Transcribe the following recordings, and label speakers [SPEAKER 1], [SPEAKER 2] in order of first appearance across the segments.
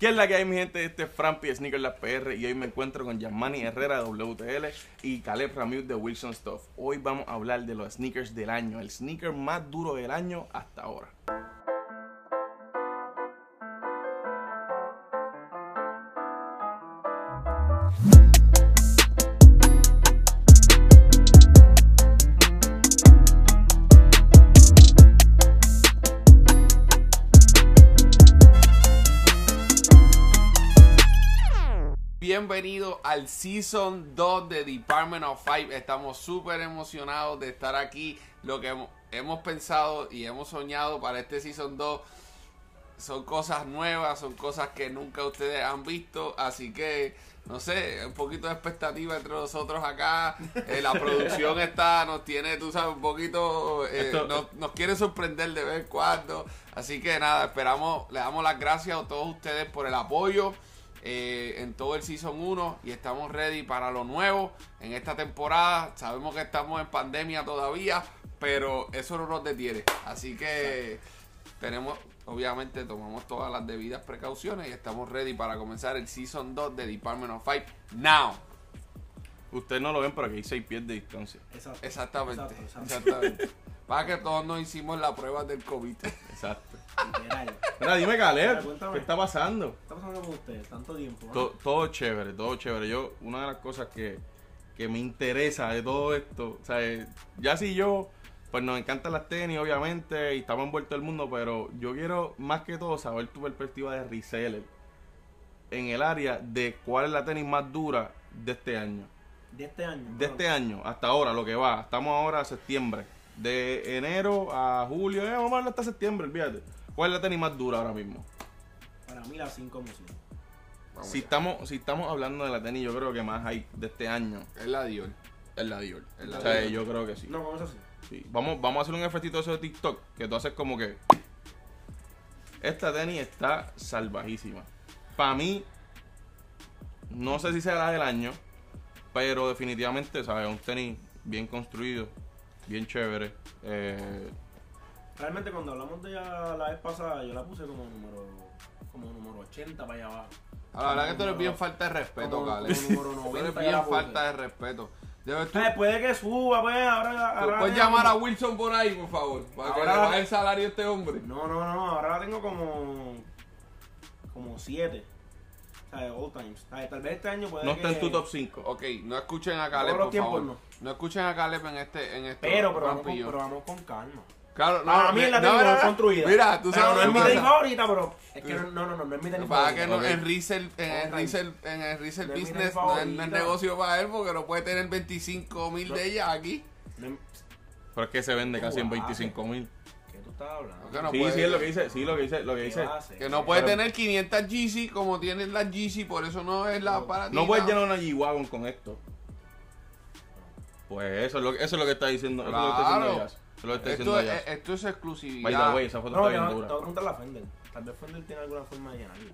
[SPEAKER 1] ¿Qué es la que hay, mi gente? Este es Frampi de Sneaker Lab PR y hoy me encuentro con Yamani Herrera de WTL y Caleb Ramírez de Wilson Stuff. Hoy vamos a hablar de los sneakers del año, el sneaker más duro del año hasta ahora.
[SPEAKER 2] Bienvenido al Season 2 de Department of Five. Estamos súper emocionados de estar aquí. Lo que hemos, hemos pensado y hemos soñado para este Season 2 son cosas nuevas, son cosas que nunca ustedes han visto. Así que, no sé, un poquito de expectativa entre nosotros acá. Eh, la producción está, nos tiene, tú sabes, un poquito, eh,
[SPEAKER 1] Esto-
[SPEAKER 2] nos, nos quiere sorprender de vez en cuando. Así que nada, esperamos, le damos las gracias a todos ustedes por el apoyo. eh, en todo el Season 1 y estamos ready para lo nuevo en esta temporada. Sabemos que estamos en pandemia todavía, pero eso no nos detiene. Así que tenemos, obviamente, tomamos todas las debidas precauciones y estamos ready para comenzar el Season 2 de Department of Five now.
[SPEAKER 1] Ustedes no lo ven, pero aquí hay 6 pies de distancia.
[SPEAKER 3] Exacto.
[SPEAKER 2] Exactamente.
[SPEAKER 3] Exacto, exacto.
[SPEAKER 2] Exactamente. Para que todos nos hicimos la prueba del COVID.
[SPEAKER 1] Exacto.
[SPEAKER 3] Literal. ¿Qué
[SPEAKER 1] Mira, dime,
[SPEAKER 3] Mira,
[SPEAKER 1] Caleb,
[SPEAKER 3] cuéntame.
[SPEAKER 1] ¿qué está pasando?
[SPEAKER 3] está pasando con ustedes? Tanto tiempo. ¿no?
[SPEAKER 1] To- todo chévere, todo chévere. Yo, una de las cosas que, que me interesa de todo esto, o sea, eh, ya si yo, pues nos encantan las tenis, obviamente, y estamos envueltos en el mundo, pero yo quiero más que todo saber tu perspectiva de reseller en el área de cuál es la tenis más dura de este año.
[SPEAKER 3] De este año.
[SPEAKER 1] De
[SPEAKER 3] ¿no?
[SPEAKER 1] este año, hasta ahora, lo que va, estamos ahora a septiembre. De enero a julio, eh, vamos a hablar hasta septiembre, olvídate. ¿Cuál es la tenis más dura ahora mismo?
[SPEAKER 3] Para mí, las 5 músicas.
[SPEAKER 2] Vamos
[SPEAKER 1] Si
[SPEAKER 2] allá.
[SPEAKER 1] estamos, si estamos hablando de la tenis, yo creo que más hay de este año.
[SPEAKER 2] Es la Dior.
[SPEAKER 1] Es la Dior.
[SPEAKER 2] Es la
[SPEAKER 1] o sea,
[SPEAKER 2] Dior.
[SPEAKER 1] yo creo que sí.
[SPEAKER 3] No, vamos a hacer.
[SPEAKER 1] Sí. Vamos, vamos a hacer un efectito de eso de TikTok. Que tú haces como que. Esta tenis está salvajísima. Para mí, no sé si sea la del año, pero definitivamente, ¿sabes? Un tenis bien construido, bien chévere. Eh,
[SPEAKER 3] Realmente, cuando hablamos de ella la vez pasada, yo la puse como número, como número 80 para allá abajo.
[SPEAKER 2] A la verdad que tú eres bien falta de respeto,
[SPEAKER 3] Como-
[SPEAKER 2] Gale.
[SPEAKER 3] como número
[SPEAKER 2] Tú
[SPEAKER 3] 90
[SPEAKER 2] eres
[SPEAKER 3] ya
[SPEAKER 2] bien
[SPEAKER 3] la puse.
[SPEAKER 2] falta de respeto. Debes tú.
[SPEAKER 3] Eh, puede que suba, pues. Ahora. ahora la
[SPEAKER 2] Puedes
[SPEAKER 3] tengo
[SPEAKER 2] llamar a
[SPEAKER 3] como-
[SPEAKER 2] Wilson por ahí, por favor. Para que le
[SPEAKER 3] Ahora la-
[SPEAKER 2] baje el salario a este hombre.
[SPEAKER 3] No, no, no. Ahora la tengo como. Como 7. O sea, de all times. O sea, tal vez este año puede
[SPEAKER 1] no
[SPEAKER 3] que.
[SPEAKER 1] está en tu top 5.
[SPEAKER 2] Ok, no escuchen a Caleb,
[SPEAKER 3] Todos los
[SPEAKER 2] por
[SPEAKER 3] tiempos
[SPEAKER 2] favor. No.
[SPEAKER 3] no.
[SPEAKER 2] escuchen a Caleb en este en este
[SPEAKER 3] Pero, pero vamos, con,
[SPEAKER 2] rampillo.
[SPEAKER 3] pero vamos con calma.
[SPEAKER 2] Claro, no,
[SPEAKER 3] Para mí
[SPEAKER 2] me-
[SPEAKER 3] es la
[SPEAKER 2] no,
[SPEAKER 3] tengo
[SPEAKER 2] no,
[SPEAKER 3] mejor
[SPEAKER 2] no.
[SPEAKER 3] construida.
[SPEAKER 2] Mira, tú
[SPEAKER 3] Pero
[SPEAKER 2] sabes
[SPEAKER 3] no
[SPEAKER 2] lo
[SPEAKER 3] es mi
[SPEAKER 2] que
[SPEAKER 3] tenis
[SPEAKER 2] pasa.
[SPEAKER 3] favorita, pero es que no, no, no, no, no es mi tenis
[SPEAKER 2] Para
[SPEAKER 3] favorita.
[SPEAKER 2] que no,
[SPEAKER 1] Ok.
[SPEAKER 2] en resell, en el
[SPEAKER 3] Ok.
[SPEAKER 2] resell, en el resell
[SPEAKER 3] No es mi
[SPEAKER 2] business
[SPEAKER 3] tenis
[SPEAKER 2] no es, no es
[SPEAKER 3] favorita.
[SPEAKER 2] negocio para él porque no puede tener 25 mil de ellas aquí.
[SPEAKER 3] No es-
[SPEAKER 1] Pero es que se vende casi en
[SPEAKER 3] Guau.
[SPEAKER 1] 25 mil.
[SPEAKER 3] ¿Qué tú estás hablando?
[SPEAKER 2] Ok, no
[SPEAKER 1] sí,
[SPEAKER 2] puede.
[SPEAKER 1] sí, es lo que dice. Sí, lo que dice. Lo que
[SPEAKER 3] ¿Qué
[SPEAKER 1] dice.
[SPEAKER 3] vas a hacer?
[SPEAKER 2] Que no puede
[SPEAKER 1] Pero-
[SPEAKER 2] tener 500 GC como tienen las GC, por eso no es la para
[SPEAKER 1] No puedes llenar una G-Wagon con esto. Pues eso es lo que, eso es lo que está diciendo. Eso es lo que está diciendo
[SPEAKER 2] Claro.
[SPEAKER 1] Jazz. Eso es lo que está
[SPEAKER 2] Esto
[SPEAKER 1] diciendo
[SPEAKER 2] es, eh,
[SPEAKER 1] Jazz.
[SPEAKER 2] esto es
[SPEAKER 1] By the
[SPEAKER 2] exclusividad.
[SPEAKER 1] way, esa foto
[SPEAKER 3] No,
[SPEAKER 1] está
[SPEAKER 3] yo no,
[SPEAKER 1] bien
[SPEAKER 3] te voy a
[SPEAKER 1] dura.
[SPEAKER 3] preguntar a Fender. Tal vez Fender tiene alguna forma de llenarla.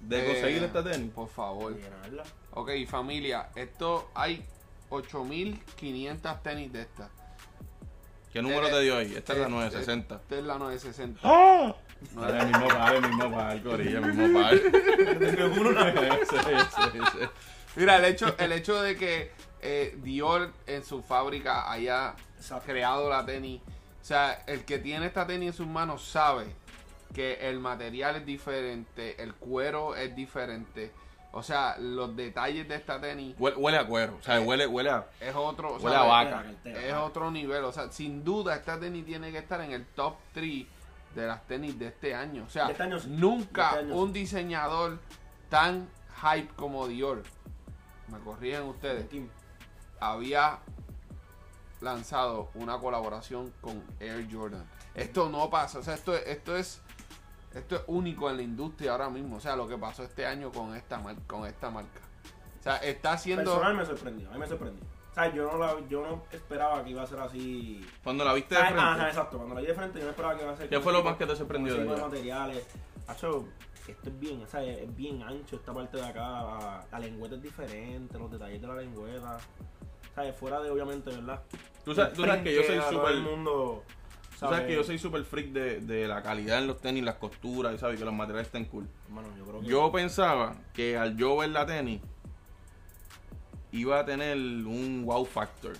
[SPEAKER 1] De
[SPEAKER 2] Eh,
[SPEAKER 1] conseguir esta tenis.
[SPEAKER 2] Por
[SPEAKER 3] De
[SPEAKER 2] favor.
[SPEAKER 3] llenarla.
[SPEAKER 2] Ok, familia, esto hay 8500 tenis de estas.
[SPEAKER 1] ¿Qué número
[SPEAKER 2] eh,
[SPEAKER 1] te dio ahí? Esta es la
[SPEAKER 2] Eh,
[SPEAKER 1] 960.
[SPEAKER 2] Esta es la 960.
[SPEAKER 1] ¡Ah! Dale mismo pal, mismo pal, corilla, mismo pal. Sí, sí, sí.
[SPEAKER 2] Mira, el hecho,
[SPEAKER 1] Este-
[SPEAKER 2] el hecho de que eh, Dior en su fábrica haya
[SPEAKER 3] Exacto.
[SPEAKER 2] creado la tenis. O sea, el que tiene esta tenis en sus manos sabe que el material es diferente, el cuero es diferente. O sea, los detalles de esta tenis
[SPEAKER 1] Huele, huele a cuero, o sea, huele, huele a...
[SPEAKER 2] es otro. o sea,
[SPEAKER 1] Huele a vaca.
[SPEAKER 2] Es
[SPEAKER 3] vaca.
[SPEAKER 2] otro nivel. O sea, sin duda, esta tenis tiene que estar en el top 3 de las tenis de este año. O sea,
[SPEAKER 3] De este año sí.
[SPEAKER 2] nunca
[SPEAKER 3] De este año
[SPEAKER 2] un diseñador tan hype como Dior, me corrigen ustedes,
[SPEAKER 3] Kim,
[SPEAKER 2] había lanzado una colaboración con Air Jordan. Esto no pasa. O sea, esto, esto es. Esto es único en la industria ahora mismo. O sea, lo que pasó este año con esta, mar- con esta marca. O sea, está haciendo.
[SPEAKER 3] Personal me sorprendió. A mí me sorprendió. O sea, yo no, la, yo no esperaba que iba a ser así.
[SPEAKER 1] Cuando la viste de
[SPEAKER 3] Ay, Ajá,
[SPEAKER 1] frente,
[SPEAKER 3] exacto. Cuando la vi de frente, yo no esperaba que iba a ser.
[SPEAKER 1] ¿qué
[SPEAKER 3] con
[SPEAKER 1] fue lo
[SPEAKER 3] ese
[SPEAKER 1] más que
[SPEAKER 3] tipo-
[SPEAKER 1] te sorprendió
[SPEAKER 3] con
[SPEAKER 1] de
[SPEAKER 3] ese tipo
[SPEAKER 1] ella?
[SPEAKER 3] materiales. Hacho, esto es bien, o sea, es bien ancho esta parte de acá. La, la lengüeta es diferente, los detalles de la lengüeta. O sea, fuera de, obviamente, ¿verdad?
[SPEAKER 1] Tú sabes, tú sabes que yo soy
[SPEAKER 3] Todo
[SPEAKER 1] súper...
[SPEAKER 3] el mundo
[SPEAKER 1] Tú sabes que yo soy super freak de, de la calidad en los tenis, las costuras, y sabes que los materiales estén cool.
[SPEAKER 3] Hermano, yo creo que.
[SPEAKER 1] Yo pensaba que al yo ver la tenis iba a tener un wow factor.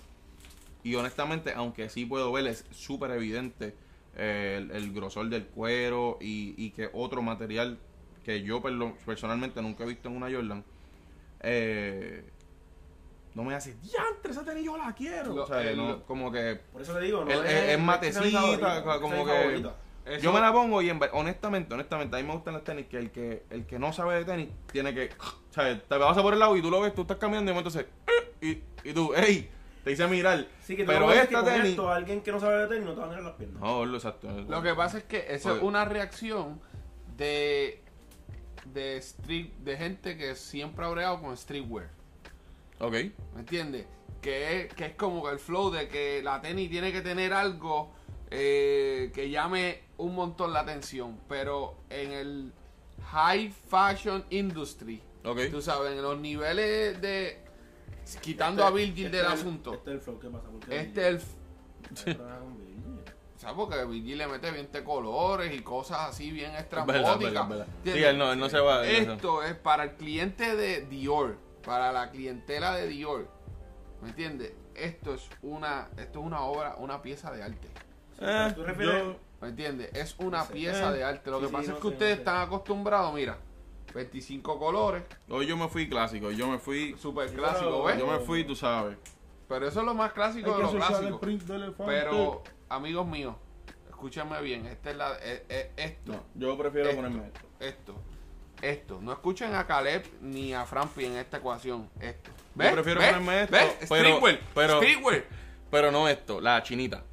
[SPEAKER 1] Y honestamente, aunque sí puedo ver, es súper evidente eh, el, el grosor del cuero y, y que otro material que yo perlo- personalmente nunca he visto en una Jordan. eh, no me hace, diantre, esa tenis yo la quiero.
[SPEAKER 2] Lo-
[SPEAKER 1] o sea,
[SPEAKER 2] el-
[SPEAKER 1] no, como que
[SPEAKER 3] Por eso le digo, no.
[SPEAKER 1] el- es, es matecita,
[SPEAKER 3] no es mi favorita,
[SPEAKER 1] como
[SPEAKER 3] no es mi
[SPEAKER 1] que-
[SPEAKER 3] favorita.
[SPEAKER 2] Eso-
[SPEAKER 1] yo me la pongo y en ver- honestamente, honestamente, a mí me gustan las tenis que el que el que no sabe de tenis tiene que, ¿sabes? Te vas a por el lado y tú lo ves, tú estás caminando y de momento se- y, y tú, ey, te hice mirar.
[SPEAKER 3] Sí, que tú
[SPEAKER 1] pero
[SPEAKER 3] no ves que
[SPEAKER 1] esta
[SPEAKER 3] con
[SPEAKER 1] tenis,
[SPEAKER 3] esto, alguien que no sabe de tenis no te va a mirar las piernas.
[SPEAKER 1] no, lo exacto.
[SPEAKER 2] Lo que pasa es que esa es
[SPEAKER 1] Oye.
[SPEAKER 2] una reacción de de street de gente que siempre ha bregado con streetwear,
[SPEAKER 1] Ok.
[SPEAKER 2] ¿me entiendes? Que es, que es como que el flow de que la tenis tiene que tener algo eh, que llame un montón la atención, pero en el high fashion industry,
[SPEAKER 1] Ok.
[SPEAKER 2] tú sabes, en los niveles de quitando a Virgil
[SPEAKER 3] Este
[SPEAKER 2] del
[SPEAKER 3] es el-
[SPEAKER 2] asunto,
[SPEAKER 3] Este es el flow que pasa. Porque
[SPEAKER 2] este es el
[SPEAKER 3] Hay problemas con Virgil.
[SPEAKER 2] ¿Sabes? Porque Virgil le mete 20 colores y cosas así bien
[SPEAKER 1] Verdad,
[SPEAKER 2] estrambóticas.
[SPEAKER 1] verdad, verdad. Sí,
[SPEAKER 2] ¿Entiendes?
[SPEAKER 1] él no, él no se va. él no se-
[SPEAKER 2] Esto es para el cliente de Dior, para la clientela de Dior. ¿Me entiendes? Esto es una, esto es una obra, una pieza de arte.
[SPEAKER 1] Eh,
[SPEAKER 3] ¿Tú refieres?
[SPEAKER 1] yo-
[SPEAKER 2] ¿Me entiendes? Es una
[SPEAKER 3] No sé.
[SPEAKER 2] pieza
[SPEAKER 1] Eh.
[SPEAKER 2] de arte. Lo
[SPEAKER 3] Sí,
[SPEAKER 2] que
[SPEAKER 3] sí,
[SPEAKER 2] pasa es
[SPEAKER 3] no
[SPEAKER 2] que
[SPEAKER 3] sé, no
[SPEAKER 2] ustedes
[SPEAKER 3] sé.
[SPEAKER 2] están acostumbrados, mira, 25 colores,
[SPEAKER 1] Hoy yo me fui clásico, yo me fui,
[SPEAKER 2] súper
[SPEAKER 3] Sí,
[SPEAKER 2] clásico,
[SPEAKER 3] pero-
[SPEAKER 2] ¿ves?
[SPEAKER 1] yo me fui, tú sabes.
[SPEAKER 2] Pero eso es lo más clásico de lo clásico. Pero,
[SPEAKER 1] Pero
[SPEAKER 2] amigos míos, escúchame bien, esta es la, eh, eh, esto.
[SPEAKER 1] no, yo prefiero
[SPEAKER 2] Esto.
[SPEAKER 1] ponerme esto.
[SPEAKER 2] Esto. Esto. No escuchen a Caleb ni a Frampi en esta ecuación. Esto.
[SPEAKER 1] Yo prefiero ponerme esto,
[SPEAKER 2] ¿Ves?
[SPEAKER 1] pero-
[SPEAKER 2] Streetwear.
[SPEAKER 1] pero-
[SPEAKER 2] Streetwear.
[SPEAKER 1] Pero no esto, la chinita.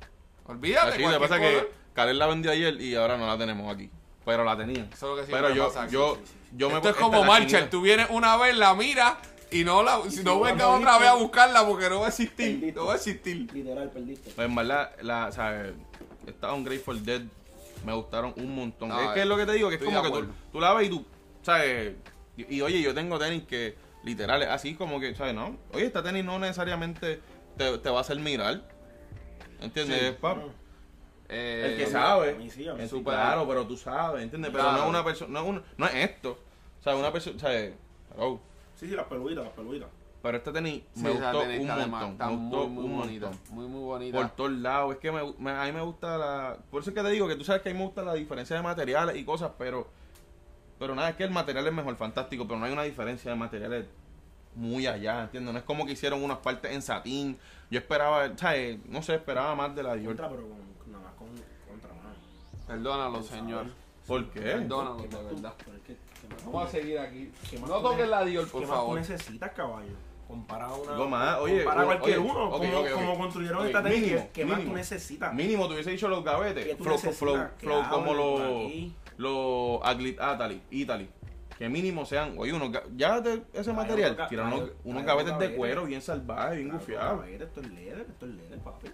[SPEAKER 2] Olvídate.
[SPEAKER 1] Así, lo que
[SPEAKER 2] cualquier
[SPEAKER 1] pasa que
[SPEAKER 2] cosa.
[SPEAKER 1] Caleb la vendió ayer y ahora no la tenemos aquí. Pero la tenían.
[SPEAKER 2] Eso es lo que siempre
[SPEAKER 1] Pero yo,
[SPEAKER 2] pasa, sí,
[SPEAKER 1] yo,
[SPEAKER 2] sí, sí.
[SPEAKER 1] yo me
[SPEAKER 2] Esto es
[SPEAKER 1] esta
[SPEAKER 2] como
[SPEAKER 1] la
[SPEAKER 2] Marshall.
[SPEAKER 1] chinita.
[SPEAKER 2] Tú vienes una vez, la miras y no la si
[SPEAKER 3] si
[SPEAKER 2] no
[SPEAKER 3] no
[SPEAKER 2] vengas
[SPEAKER 3] la
[SPEAKER 2] otra vez a
[SPEAKER 3] moviste,
[SPEAKER 2] buscarla porque no va a existir.
[SPEAKER 3] perdiste.
[SPEAKER 2] No va a existir.
[SPEAKER 3] Literal, perdiste.
[SPEAKER 1] Pues en verdad, la, ¿sabes? Estaba un Grateful Dead. Me gustaron un montón.
[SPEAKER 2] Ah,
[SPEAKER 1] es que es lo que te digo, que es
[SPEAKER 2] estoy
[SPEAKER 1] como que
[SPEAKER 2] de
[SPEAKER 1] tú,
[SPEAKER 2] acuerdo.
[SPEAKER 1] tú la ves y tú, ¿sabes? Y, y, oye, yo tengo tenis que literal es así como que, ¿sabes? No. Oye, esta tenis no necesariamente te, te va a hacer mirar. ¿Entiendes?
[SPEAKER 2] Sí.
[SPEAKER 1] Es pa-
[SPEAKER 2] Eh,
[SPEAKER 1] El que
[SPEAKER 3] sí,
[SPEAKER 1] sabe.
[SPEAKER 3] a mí sí, a mí
[SPEAKER 1] es
[SPEAKER 2] sí,
[SPEAKER 1] súper
[SPEAKER 2] claro.
[SPEAKER 1] claro, pero tú sabes, ¿entiendes? Pero
[SPEAKER 2] Claro.
[SPEAKER 1] no es una persona, no, es un- no es esto. O sea, una persona, ¿sabes? Hello.
[SPEAKER 3] Sí, sí, las peluitas, las peluitas.
[SPEAKER 1] Pero esta tenis
[SPEAKER 2] sí,
[SPEAKER 1] me
[SPEAKER 2] esa
[SPEAKER 1] gustó
[SPEAKER 2] tenis
[SPEAKER 1] un
[SPEAKER 2] está de más.
[SPEAKER 1] montón.
[SPEAKER 2] Está
[SPEAKER 1] me gustó
[SPEAKER 2] muy, muy
[SPEAKER 1] un
[SPEAKER 2] bonita.
[SPEAKER 1] montón.
[SPEAKER 2] Muy, muy bonita.
[SPEAKER 1] Por todos lados. Es que me, me- a mí me gusta la... Por eso es que te digo que tú sabes que a mí me gusta la diferencia de materiales y cosas, pero... Pero nada, es que el material es mejor, fantástico, pero no hay una diferencia de materiales muy allá, ¿entiendes? No es como que hicieron unas partes en satín. Yo esperaba, ¿sabes? No sé, esperaba más de la Dior.
[SPEAKER 3] Contra, pero con, nada más con contra mano.
[SPEAKER 2] Perdónalo, señor.
[SPEAKER 1] ¿Por qué?
[SPEAKER 2] Perdóname, de
[SPEAKER 3] más tú-
[SPEAKER 2] verdad.
[SPEAKER 3] pero es que- ¿qué más
[SPEAKER 2] Vamos a
[SPEAKER 3] tú-
[SPEAKER 2] seguir aquí.
[SPEAKER 3] qué más
[SPEAKER 2] No
[SPEAKER 3] tú
[SPEAKER 2] toques
[SPEAKER 3] neces-
[SPEAKER 2] la Dior,
[SPEAKER 3] ¿Qué
[SPEAKER 2] por
[SPEAKER 3] más tú
[SPEAKER 2] favor.
[SPEAKER 3] necesitas, caballo? Comparado a una.
[SPEAKER 1] Algo más, oye,
[SPEAKER 3] Comparado a
[SPEAKER 1] o-
[SPEAKER 3] cualquier
[SPEAKER 1] oye,
[SPEAKER 3] uno.
[SPEAKER 1] ok,
[SPEAKER 3] como,
[SPEAKER 1] ok, ok.
[SPEAKER 3] como construyeron
[SPEAKER 1] Ok,
[SPEAKER 3] esta técnica.
[SPEAKER 1] mínimo,
[SPEAKER 3] ¿Qué más tú
[SPEAKER 1] mínimo.
[SPEAKER 3] necesitas?
[SPEAKER 1] Mínimo, te hubiese dicho los
[SPEAKER 3] ¿Qué
[SPEAKER 1] gavetes.
[SPEAKER 3] tú
[SPEAKER 1] Flow, flow,
[SPEAKER 3] necesitas?
[SPEAKER 1] flow,
[SPEAKER 3] Que
[SPEAKER 1] flow como
[SPEAKER 3] hablen por
[SPEAKER 1] los
[SPEAKER 3] aquí.
[SPEAKER 1] los Aglit Atali, Italy. Que mínimo sean, oye, unos, ga- ya de ese material,
[SPEAKER 3] unos ga-
[SPEAKER 1] tiran unos,
[SPEAKER 3] trae-
[SPEAKER 1] unos
[SPEAKER 3] trae
[SPEAKER 1] gavetes
[SPEAKER 3] unos
[SPEAKER 1] de
[SPEAKER 3] gavetes.
[SPEAKER 1] cuero bien salvajes, bien
[SPEAKER 3] Claro,
[SPEAKER 1] gufiados.
[SPEAKER 3] caballo, Esto es leather, esto es leather, papi.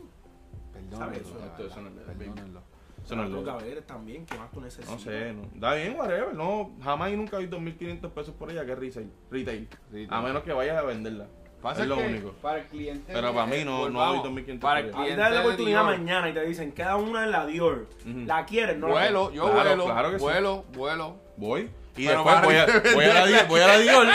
[SPEAKER 2] Perdónalo.
[SPEAKER 3] Eso
[SPEAKER 2] de
[SPEAKER 3] no-
[SPEAKER 2] verdad,
[SPEAKER 1] eso no-
[SPEAKER 2] Perdónenlo.
[SPEAKER 1] Eso no es
[SPEAKER 3] Los
[SPEAKER 1] lo-
[SPEAKER 3] gavetes también, ¿qué más tú necesitas?
[SPEAKER 1] No sé, no. Da bien, whatever. No, jamás y nunca vi 2.500 pesos por ella que es resale- retail.
[SPEAKER 2] Retail.
[SPEAKER 1] A menos que vayas a venderla.
[SPEAKER 2] Pasa
[SPEAKER 1] es lo
[SPEAKER 2] que
[SPEAKER 1] único.
[SPEAKER 2] Para el cliente.
[SPEAKER 1] Pero para mí no- no doy
[SPEAKER 2] volvamos,
[SPEAKER 1] 2.500
[SPEAKER 2] Para el
[SPEAKER 1] pesos.
[SPEAKER 3] A ti
[SPEAKER 2] cliente.
[SPEAKER 3] te dan la
[SPEAKER 2] de
[SPEAKER 3] oportunidad
[SPEAKER 2] Dior.
[SPEAKER 3] mañana y te dicen, cada una es la Dior.
[SPEAKER 1] Ujú.
[SPEAKER 3] ¿La quieres? No
[SPEAKER 2] Vuelo, yo
[SPEAKER 1] Claro,
[SPEAKER 2] vuelo.
[SPEAKER 1] claro que sí.
[SPEAKER 2] vuelo, vuelo.
[SPEAKER 1] Voy. Y
[SPEAKER 2] Pero
[SPEAKER 1] después
[SPEAKER 2] para
[SPEAKER 1] voy a,
[SPEAKER 2] venderla.
[SPEAKER 1] voy, a la, Di- voy a la Dior.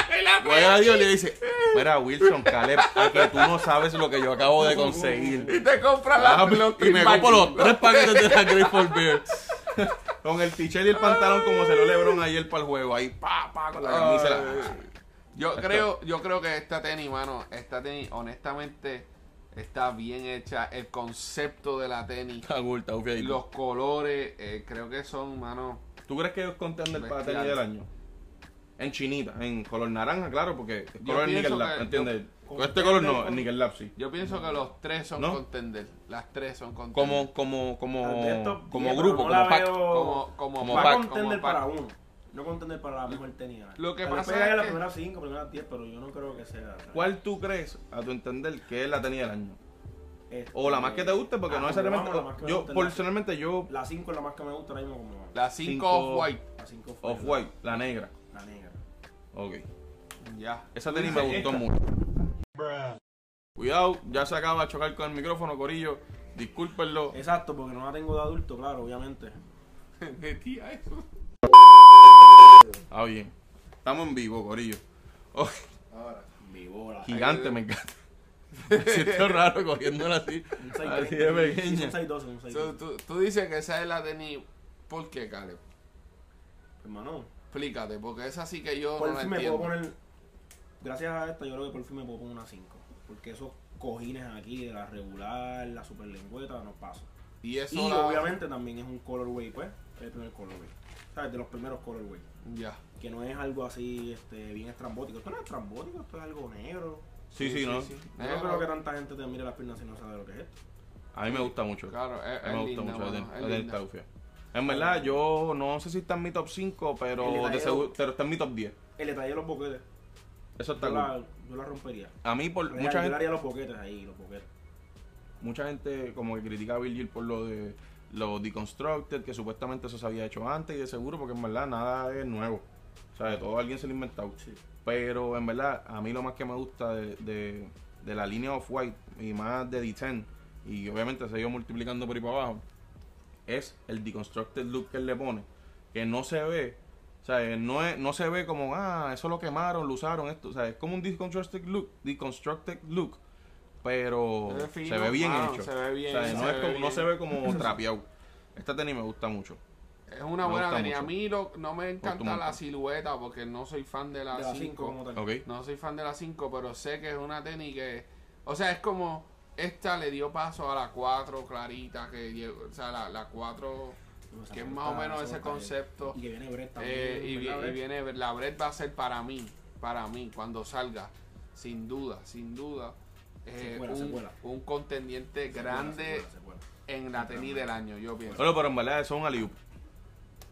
[SPEAKER 1] Voy a la Dior y le dice, mira Wilson, Caleb, a que tú no sabes lo que yo acabo de conseguir.
[SPEAKER 2] Y te compras la
[SPEAKER 1] Ah,
[SPEAKER 2] los
[SPEAKER 1] y me
[SPEAKER 2] Climax.
[SPEAKER 1] compro los tres paquetes de la Grateful Beer. Con el t-shirt y el pantalón como se lo Lebron ayer para el juego. Ahí, pa, pa, con la camisa. y la-
[SPEAKER 2] Ay. Yo creo, yo creo que esta tenis, mano, esta tenis, honestamente, está bien hecha. El concepto de la tenis,
[SPEAKER 1] Está gulta, ufia, ahí.
[SPEAKER 2] los colores, eh, creo que son, mano.
[SPEAKER 1] ¿Tú crees que ellos contendan el
[SPEAKER 2] Bestial.
[SPEAKER 1] patel del año? En chinita, en color naranja, claro, porque es
[SPEAKER 2] Yo
[SPEAKER 1] color
[SPEAKER 2] pienso
[SPEAKER 1] Nickel Lab,
[SPEAKER 2] que-
[SPEAKER 1] ¿entiendes?
[SPEAKER 3] yo-
[SPEAKER 1] Con este color no,
[SPEAKER 3] con-
[SPEAKER 1] Nickel Lab sí.
[SPEAKER 2] Yo pienso que los tres son
[SPEAKER 1] ¿No?
[SPEAKER 2] contender. Las tres son contender.
[SPEAKER 1] Como, como, como,
[SPEAKER 3] Tal vez top
[SPEAKER 1] como
[SPEAKER 3] 10,
[SPEAKER 1] grupo,
[SPEAKER 3] pero no la
[SPEAKER 1] como pack.
[SPEAKER 3] veo-
[SPEAKER 2] como, como,
[SPEAKER 1] Como
[SPEAKER 2] pack,
[SPEAKER 1] pack.
[SPEAKER 3] va a
[SPEAKER 2] como
[SPEAKER 3] contender
[SPEAKER 2] pack.
[SPEAKER 3] para uno. No contender para la mejor tenis.
[SPEAKER 2] Lo que
[SPEAKER 3] Tal vez
[SPEAKER 2] pasa
[SPEAKER 3] pegue
[SPEAKER 2] es
[SPEAKER 3] a las
[SPEAKER 2] que-
[SPEAKER 3] primeras 5, primeras 10, pero yo no creo que sea.
[SPEAKER 1] ¿Cuál tú crees, a tu entender, que es la tenis del año?
[SPEAKER 3] Este,
[SPEAKER 1] O la más que te guste, porque
[SPEAKER 3] ah,
[SPEAKER 1] no
[SPEAKER 3] pues
[SPEAKER 1] necesariamente...
[SPEAKER 3] vamos a la más que me
[SPEAKER 1] Yo,
[SPEAKER 3] guste, la-
[SPEAKER 1] personalmente, yo...
[SPEAKER 3] La 5 es la más que me gusta ahora mismo como
[SPEAKER 2] La 5
[SPEAKER 1] Cinco-
[SPEAKER 2] off-white.
[SPEAKER 3] la 5 fue la-
[SPEAKER 1] Off-White, la negra.
[SPEAKER 3] La negra.
[SPEAKER 1] Ok.
[SPEAKER 2] Ya.
[SPEAKER 1] Esa tenis me gustó mucho. Cuidado, ya se acaba de chocar con el micrófono, Corillo. Discúlpenlo.
[SPEAKER 3] Exacto, porque no la tengo de adulto, claro, obviamente.
[SPEAKER 2] De tía eso.
[SPEAKER 1] Ah, bien. Estamos en vivo, Corillo. Oh,
[SPEAKER 2] Ahora.
[SPEAKER 3] Vibora.
[SPEAKER 1] gigante, me encanta. Me siento raro cogiéndola así. Así de pequeña.
[SPEAKER 3] Un 612, un 612.
[SPEAKER 2] So, tú, tú dices que esa es la de ni. ¿Por qué, Caleb?
[SPEAKER 3] Hermano,
[SPEAKER 2] Explícate, porque esa sí que yo
[SPEAKER 3] por
[SPEAKER 2] no la
[SPEAKER 3] fin me puedo
[SPEAKER 2] entiendo.
[SPEAKER 3] poner. Gracias a esta, yo creo que por fin me puedo poner una 5. Porque esos cojines aquí, de la regular, la super lengüeta, no paso.
[SPEAKER 2] Y eso
[SPEAKER 3] Y
[SPEAKER 2] la-
[SPEAKER 3] obviamente también es un colorway, pues. El primer colorway. ¿Sabes? De los primeros colorway.
[SPEAKER 2] Ya.
[SPEAKER 3] Que no es algo así este, bien estrambótico. Esto no es estrambótico, esto es algo negro.
[SPEAKER 1] Sí, sí, no.
[SPEAKER 3] Yo no creo que tanta gente te mire las piernas si no sabe lo que es esto.
[SPEAKER 1] A mí me gusta mucho.
[SPEAKER 2] Claro, es,
[SPEAKER 1] A mí me
[SPEAKER 2] es
[SPEAKER 1] gusta
[SPEAKER 2] linda,
[SPEAKER 1] mucho la
[SPEAKER 2] mano,
[SPEAKER 1] del-
[SPEAKER 2] es
[SPEAKER 1] la del
[SPEAKER 2] linda.
[SPEAKER 1] Taufia. En verdad, yo no sé si está en mi top 5,
[SPEAKER 3] El
[SPEAKER 1] pero,
[SPEAKER 3] detallero.
[SPEAKER 1] de seguro, pero está en mi top 10.
[SPEAKER 3] El detalle de los boquetes.
[SPEAKER 1] Eso está
[SPEAKER 3] Yo
[SPEAKER 1] cool.
[SPEAKER 3] la, yo la rompería.
[SPEAKER 1] A mí, por
[SPEAKER 3] Real,
[SPEAKER 1] mucha
[SPEAKER 3] yo le
[SPEAKER 1] gente,
[SPEAKER 3] haría los boquetes ahí, los boquetes.
[SPEAKER 1] mucha gente como que critica a Virgil por lo de los Deconstructed, que supuestamente eso se había hecho antes, y de seguro, porque en verdad nada es nuevo. O sea, de todo alguien se lo ha inventado.
[SPEAKER 3] Sí.
[SPEAKER 1] Pero en verdad, a mí lo más que me gusta de, de- de la línea Off-White y más de D10, y obviamente se ha ido multiplicando por ahí para abajo, es el deconstructed look que él le pone. Que no se ve, o sea, eh, no, es- no se ve como, ah, eso lo quemaron, lo usaron, esto. O sea, es como un deconstructed look, deconstructed look pero
[SPEAKER 2] Se ve fino,
[SPEAKER 1] se ve bien
[SPEAKER 2] mano,
[SPEAKER 1] hecho.
[SPEAKER 2] se ve bien,
[SPEAKER 1] O sea, no,
[SPEAKER 2] se
[SPEAKER 1] es
[SPEAKER 2] ve
[SPEAKER 1] como- no
[SPEAKER 2] bien.
[SPEAKER 1] se ve como trapeado. Esta tenis me gusta mucho.
[SPEAKER 2] Es una
[SPEAKER 1] Me
[SPEAKER 2] buena
[SPEAKER 1] gusta
[SPEAKER 2] tenis. A
[SPEAKER 1] mucho.
[SPEAKER 2] mí lo- no me
[SPEAKER 1] gusta
[SPEAKER 2] encanta
[SPEAKER 1] un
[SPEAKER 2] la
[SPEAKER 1] montón.
[SPEAKER 2] silueta porque no soy fan de
[SPEAKER 3] De
[SPEAKER 2] la
[SPEAKER 3] las 5 como
[SPEAKER 2] 5.
[SPEAKER 3] tal.
[SPEAKER 1] Ok.
[SPEAKER 2] No soy fan de la 5, pero sé que es una tenis que. O sea, es como. Esta le dio paso a la 4 clarita que llegó. O sea, la 4.
[SPEAKER 3] No, esa
[SPEAKER 2] que es
[SPEAKER 3] me
[SPEAKER 2] más
[SPEAKER 3] gusta,
[SPEAKER 2] o menos
[SPEAKER 3] esa
[SPEAKER 2] ese
[SPEAKER 3] me gusta.
[SPEAKER 2] concepto.
[SPEAKER 3] Y que viene Brett también.
[SPEAKER 2] Eh, y, vi-
[SPEAKER 3] ¿verdad,
[SPEAKER 2] y
[SPEAKER 3] Brett?
[SPEAKER 2] viene, la Bred va a ser para mí, para mí, cuando salga, sin duda, sin duda, eh,
[SPEAKER 3] Secuela,
[SPEAKER 2] un,
[SPEAKER 3] secuela.
[SPEAKER 2] un contendiente
[SPEAKER 3] Secuela,
[SPEAKER 2] grande
[SPEAKER 3] secuela, secuela.
[SPEAKER 2] en la tenis del año, yo pienso.
[SPEAKER 1] Pero, pero en verdad, eso es un alley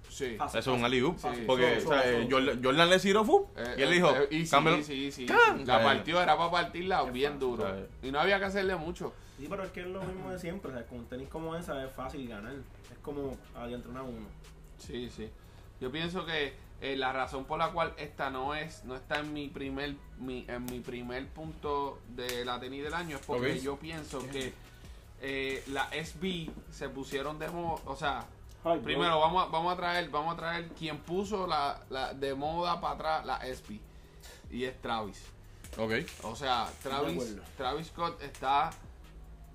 [SPEAKER 2] Sí.
[SPEAKER 3] Fácil,
[SPEAKER 1] Eso es un
[SPEAKER 3] fácil.
[SPEAKER 1] alley-oop.
[SPEAKER 2] Sí.
[SPEAKER 1] Porque
[SPEAKER 3] Solo,
[SPEAKER 1] o sea,
[SPEAKER 3] solo,
[SPEAKER 1] eh,
[SPEAKER 3] solo.
[SPEAKER 1] Jordan, Jordan le tiró fu.
[SPEAKER 2] Eh,
[SPEAKER 1] y él
[SPEAKER 2] eh,
[SPEAKER 1] dijo,
[SPEAKER 2] eh, easy,
[SPEAKER 1] cámbialo.
[SPEAKER 2] easy, easy,
[SPEAKER 1] ¡Can!
[SPEAKER 2] easy. La
[SPEAKER 1] Eh,
[SPEAKER 2] partió, era para partirla
[SPEAKER 3] Es
[SPEAKER 2] bien
[SPEAKER 3] fácil,
[SPEAKER 2] duro.
[SPEAKER 1] eh.
[SPEAKER 2] Y no había que hacerle mucho.
[SPEAKER 3] Sí, pero es que es lo mismo de siempre. O sea, con tenis como esa es fácil ganar. Es como adiantro una uno.
[SPEAKER 2] Sí, sí. Yo pienso que eh, la razón por la cual esta no es, no está en mi primer, mi- en mi primer punto de la tenis del año es porque
[SPEAKER 1] Ok.
[SPEAKER 2] yo pienso que eh, la SB se pusieron de moda, o sea,
[SPEAKER 3] Ay,
[SPEAKER 2] primero vamos a, vamos a traer, vamos a traer quien puso la, la de moda para atrás la SB y es Travis.
[SPEAKER 1] Ok.
[SPEAKER 2] O sea, Travis,
[SPEAKER 3] acuerdo.
[SPEAKER 2] Travis Scott está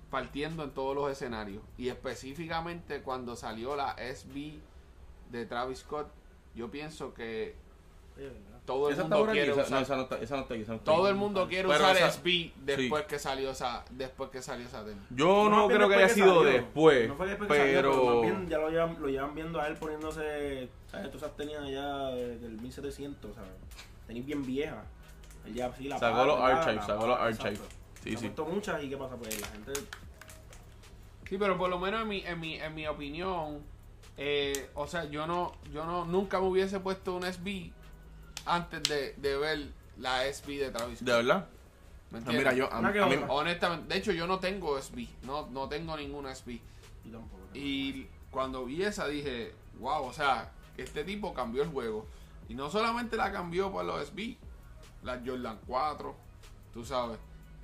[SPEAKER 2] partiendo en todos los escenarios. Y específicamente cuando salió la SB de Travis Scott, yo pienso que todo el
[SPEAKER 1] Esa está
[SPEAKER 2] mundo
[SPEAKER 1] por aquí.
[SPEAKER 2] quiere
[SPEAKER 1] Esa, no,
[SPEAKER 2] usar.
[SPEAKER 1] esa no está, esa no está aquí. esa no está
[SPEAKER 2] todo
[SPEAKER 1] aquí.
[SPEAKER 2] el mundo quiere
[SPEAKER 1] Pero
[SPEAKER 2] usar
[SPEAKER 1] esa-
[SPEAKER 2] SB después que salió esa, después que salió esa tenis.
[SPEAKER 1] Yo no, creo que haya sido después.
[SPEAKER 3] No fue después que salió,
[SPEAKER 1] pero.
[SPEAKER 3] más bien ya lo llevan, lo llevan viendo a él poniéndose. ¿Sabes? Tú esas tenías allá de- del 1700, ¿sabes? Tenis bien vieja. Él ya sí la
[SPEAKER 1] Sacó
[SPEAKER 3] pata,
[SPEAKER 1] los
[SPEAKER 3] ¿verdad?
[SPEAKER 1] archives,
[SPEAKER 3] La
[SPEAKER 1] sacó
[SPEAKER 3] pata,
[SPEAKER 1] los archives.
[SPEAKER 3] exacto.
[SPEAKER 1] Sí,
[SPEAKER 3] Le ha
[SPEAKER 1] sí.
[SPEAKER 3] puesto muchas y ¿qué pasa? Pues la gente.
[SPEAKER 2] Sí, pero por lo menos en mi, en mi, en mi opinión, eh, o sea, yo no, yo no, nunca me hubiese puesto un SB antes de, de ver la SB de Travis Scott.
[SPEAKER 1] De verdad.
[SPEAKER 2] ¿Me
[SPEAKER 1] Ah,
[SPEAKER 2] entiendes?
[SPEAKER 1] Mira, yo. A,
[SPEAKER 3] Una que
[SPEAKER 1] a mí-
[SPEAKER 3] otra.
[SPEAKER 2] Honestamente, de hecho yo no tengo SB, no, no tengo ninguna SB.
[SPEAKER 3] Y tampoco.
[SPEAKER 2] Y cuando vi esa dije, wow, o sea, este tipo cambió el juego. Y no solamente la cambió por los SB, la Jordan 4, tú sabes,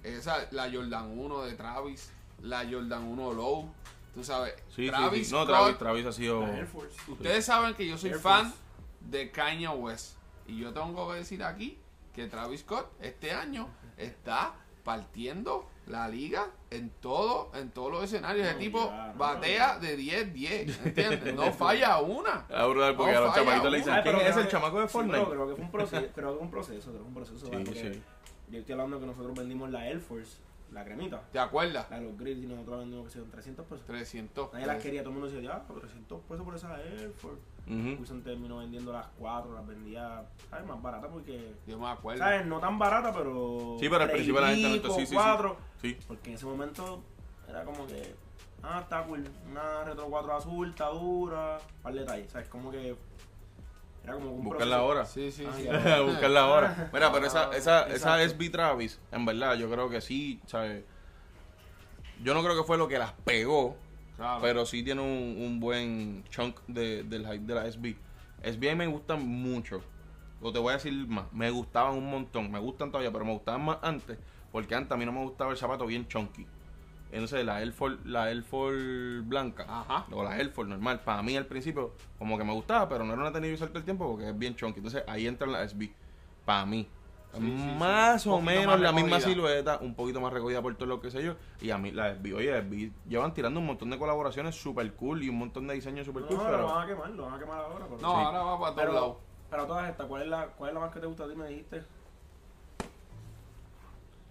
[SPEAKER 2] esa, la Jordan 1 de Travis, la Jordan 1 Low, tú sabes.
[SPEAKER 1] sí, sí,
[SPEAKER 2] Travis
[SPEAKER 1] sí. No,
[SPEAKER 2] Scott,
[SPEAKER 1] Travis, Travis ha sido.
[SPEAKER 3] La Air Force.
[SPEAKER 2] Ustedes saben que yo soy
[SPEAKER 3] Air
[SPEAKER 2] fan
[SPEAKER 3] Force.
[SPEAKER 2] de Kanye West. Y yo tengo que decir aquí que Travis Scott este año está partiendo la liga en todo, en todos los escenarios.
[SPEAKER 3] No,
[SPEAKER 2] Ese tipo
[SPEAKER 3] ya, no,
[SPEAKER 2] batea de 10-10, ¿entiendes? No falla una.
[SPEAKER 1] Ah, brutal, porque
[SPEAKER 2] No
[SPEAKER 1] a los
[SPEAKER 2] falla
[SPEAKER 1] chamaquitos le dicen,
[SPEAKER 2] una.
[SPEAKER 3] Ay, Ah, pero
[SPEAKER 1] ¿quién es
[SPEAKER 3] creo
[SPEAKER 1] el
[SPEAKER 3] que-
[SPEAKER 1] chamaco de
[SPEAKER 3] sí,
[SPEAKER 1] Fortnite?
[SPEAKER 3] pero creo que fue un proceso, creo que fue un proceso, creo que fue un proceso.
[SPEAKER 1] Sí,
[SPEAKER 3] ¿verdad? Porque
[SPEAKER 1] sí.
[SPEAKER 3] Yo estoy hablando que nosotros vendimos la Air Force, la cremita,
[SPEAKER 2] ¿Te acuerdas?
[SPEAKER 3] la de los grills y nosotros la vendimos que son 300 pesos.
[SPEAKER 2] 300.
[SPEAKER 3] Nadie las quería, todo el mundo decía, ya, 300 pesos por esa Air Force.
[SPEAKER 1] Ujú.
[SPEAKER 3] Wilson terminó vendiendo las cuatro, las vendía, ¿sabes? Más barata porque,
[SPEAKER 2] Yo me acuerdo.
[SPEAKER 3] ¿sabes? No tan barata, pero...
[SPEAKER 1] Sí, pero al principio la gente no está.
[SPEAKER 3] tres y
[SPEAKER 1] Sí, sí,
[SPEAKER 3] pico, cuatro.
[SPEAKER 1] sí. Sí.
[SPEAKER 3] Porque en ese momento era como que, ah, está cool, una retro 4 azul, está dura, un par de detalles, ¿sabes? Como que era como un
[SPEAKER 1] Buscarla ahora.
[SPEAKER 2] Sí, sí,
[SPEAKER 3] Ah,
[SPEAKER 2] sí.
[SPEAKER 3] ya.
[SPEAKER 1] buscarla ahora. Mira, pero esa, esa, esa
[SPEAKER 3] Exacto.
[SPEAKER 1] SB Travis, en verdad, yo creo que sí, ¿sabes? Yo no creo que fue lo que las pegó,
[SPEAKER 2] Claro.
[SPEAKER 1] pero sí tiene un, un buen chunk de- del hype de la SB. SB a mí me gustan mucho. O te voy a decir más, me gustaban un montón, me gustan todavía, pero me gustaban más antes, porque antes a mí no me gustaba el zapato bien chunky. eh, no sé, la Air Force, la Air Force blanca
[SPEAKER 2] Ajá.
[SPEAKER 1] o la Air Force normal. Para mí al principio como que me gustaba, pero no era una tenis que usar todo el tiempo porque es bien chunky. Entonces ahí entra la SB. Para mí.
[SPEAKER 2] Sí, sí, sí.
[SPEAKER 1] Más
[SPEAKER 2] Un
[SPEAKER 1] o
[SPEAKER 2] poquito
[SPEAKER 1] menos
[SPEAKER 2] más
[SPEAKER 1] la misma
[SPEAKER 2] recogida.
[SPEAKER 1] silueta, un poquito más recogida por todo lo que sé yo. Y a mí la SB, oye, SB llevan tirando un montón de colaboraciones super cool y un montón de diseños super
[SPEAKER 3] No,
[SPEAKER 1] cool.
[SPEAKER 3] no,
[SPEAKER 1] pero-
[SPEAKER 3] lo van a quemar, lo van a quemar ahora. Pero,
[SPEAKER 2] Pues, No,
[SPEAKER 1] Sí.
[SPEAKER 2] ahora va para todos lados.
[SPEAKER 3] pero, pero a todas estas, ¿cuál es, la, ¿cuál es la más que te gusta a ti? Me dijiste.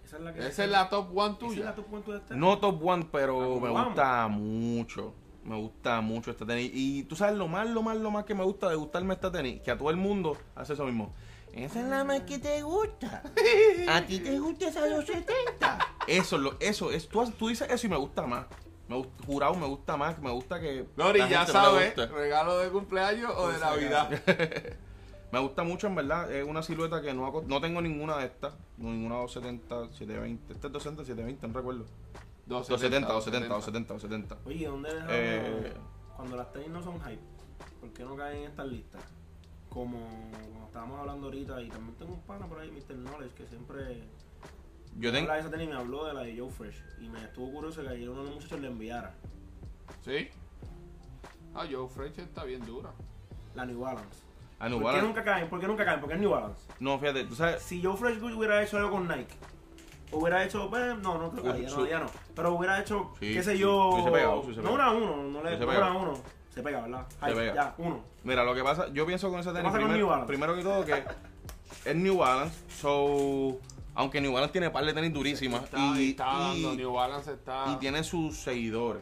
[SPEAKER 3] Esa es la que.
[SPEAKER 2] Esa es la top one
[SPEAKER 3] ¿Esa es
[SPEAKER 2] tuya.
[SPEAKER 3] la tu cuento de este?
[SPEAKER 1] No top one,
[SPEAKER 3] Ah,
[SPEAKER 1] pero
[SPEAKER 3] top
[SPEAKER 1] me
[SPEAKER 3] one.
[SPEAKER 1] gusta mucho. Me gusta mucho esta tenis. Y tú sabes lo más, lo más, lo más que me gusta de gustarme esta tenis, que a todo el mundo hace eso mismo. Esa es la más que te gusta. A ti te gusta esa de los 70. Eso, es lo, eso es. Tú, tú dices eso y me gusta más. Me gust- jurado, me gusta más. Me gusta que.
[SPEAKER 2] Lori,
[SPEAKER 1] la
[SPEAKER 2] ya
[SPEAKER 1] gente no le
[SPEAKER 2] sabes,
[SPEAKER 1] guste.
[SPEAKER 2] regalo de cumpleaños o de
[SPEAKER 3] Pues,
[SPEAKER 2] Navidad.
[SPEAKER 1] Me gusta mucho, en verdad. Es una silueta que no, ha co- no tengo ninguna de estas. No, Ninguna 270, 720. Esta es 270, 720, no recuerdo. 270, 270, 270, 270.
[SPEAKER 3] Oye, ¿dónde dejamos?
[SPEAKER 1] Eh.
[SPEAKER 3] Cuando las tenis no son hype, ¿por qué no caen en estas listas? Como, como estábamos hablando ahorita, y también tengo un pana por ahí, Mr. Knowledge, que siempre
[SPEAKER 1] Yo tengo.
[SPEAKER 3] habla de esa tenis y me habló de la de Joe Fresh. Y me estuvo curioso que ayer uno de los muchachos le enviara
[SPEAKER 2] ¿Sí? Ah, Joe French está bien dura.
[SPEAKER 3] la New Balance.
[SPEAKER 1] A New
[SPEAKER 3] ¿Por qué
[SPEAKER 1] Balance.
[SPEAKER 3] nunca caen? ¿Por qué nunca caen? Porque es New Balance.
[SPEAKER 1] No, fíjate, tú sabes.
[SPEAKER 3] Si Joe Fresh hubiera hecho algo con Nike, hubiera hecho, pues, no, no creo que
[SPEAKER 1] Su-
[SPEAKER 3] ya
[SPEAKER 1] su-
[SPEAKER 3] no, ya no. Pero hubiera hecho,
[SPEAKER 1] Sí,
[SPEAKER 3] qué sé
[SPEAKER 1] sí,
[SPEAKER 3] yo.
[SPEAKER 1] sí se pega, sí se
[SPEAKER 3] no
[SPEAKER 1] pega.
[SPEAKER 3] una a uno, no le
[SPEAKER 1] Sí se
[SPEAKER 3] no
[SPEAKER 1] pega.
[SPEAKER 3] una a uno. Se pega, ¿verdad? Hype,
[SPEAKER 1] pega.
[SPEAKER 3] Ya, uno.
[SPEAKER 1] Mira, lo que pasa, yo pienso con esa tenis.
[SPEAKER 3] pasa con New
[SPEAKER 1] Primero,
[SPEAKER 3] Balance?
[SPEAKER 1] primero que todo, que es New Balance. So, aunque New Balance tiene par de tenis durísimas.
[SPEAKER 2] Está,
[SPEAKER 1] y,
[SPEAKER 2] está dando,
[SPEAKER 1] y-
[SPEAKER 2] New Balance está...
[SPEAKER 1] y tiene sus seguidores.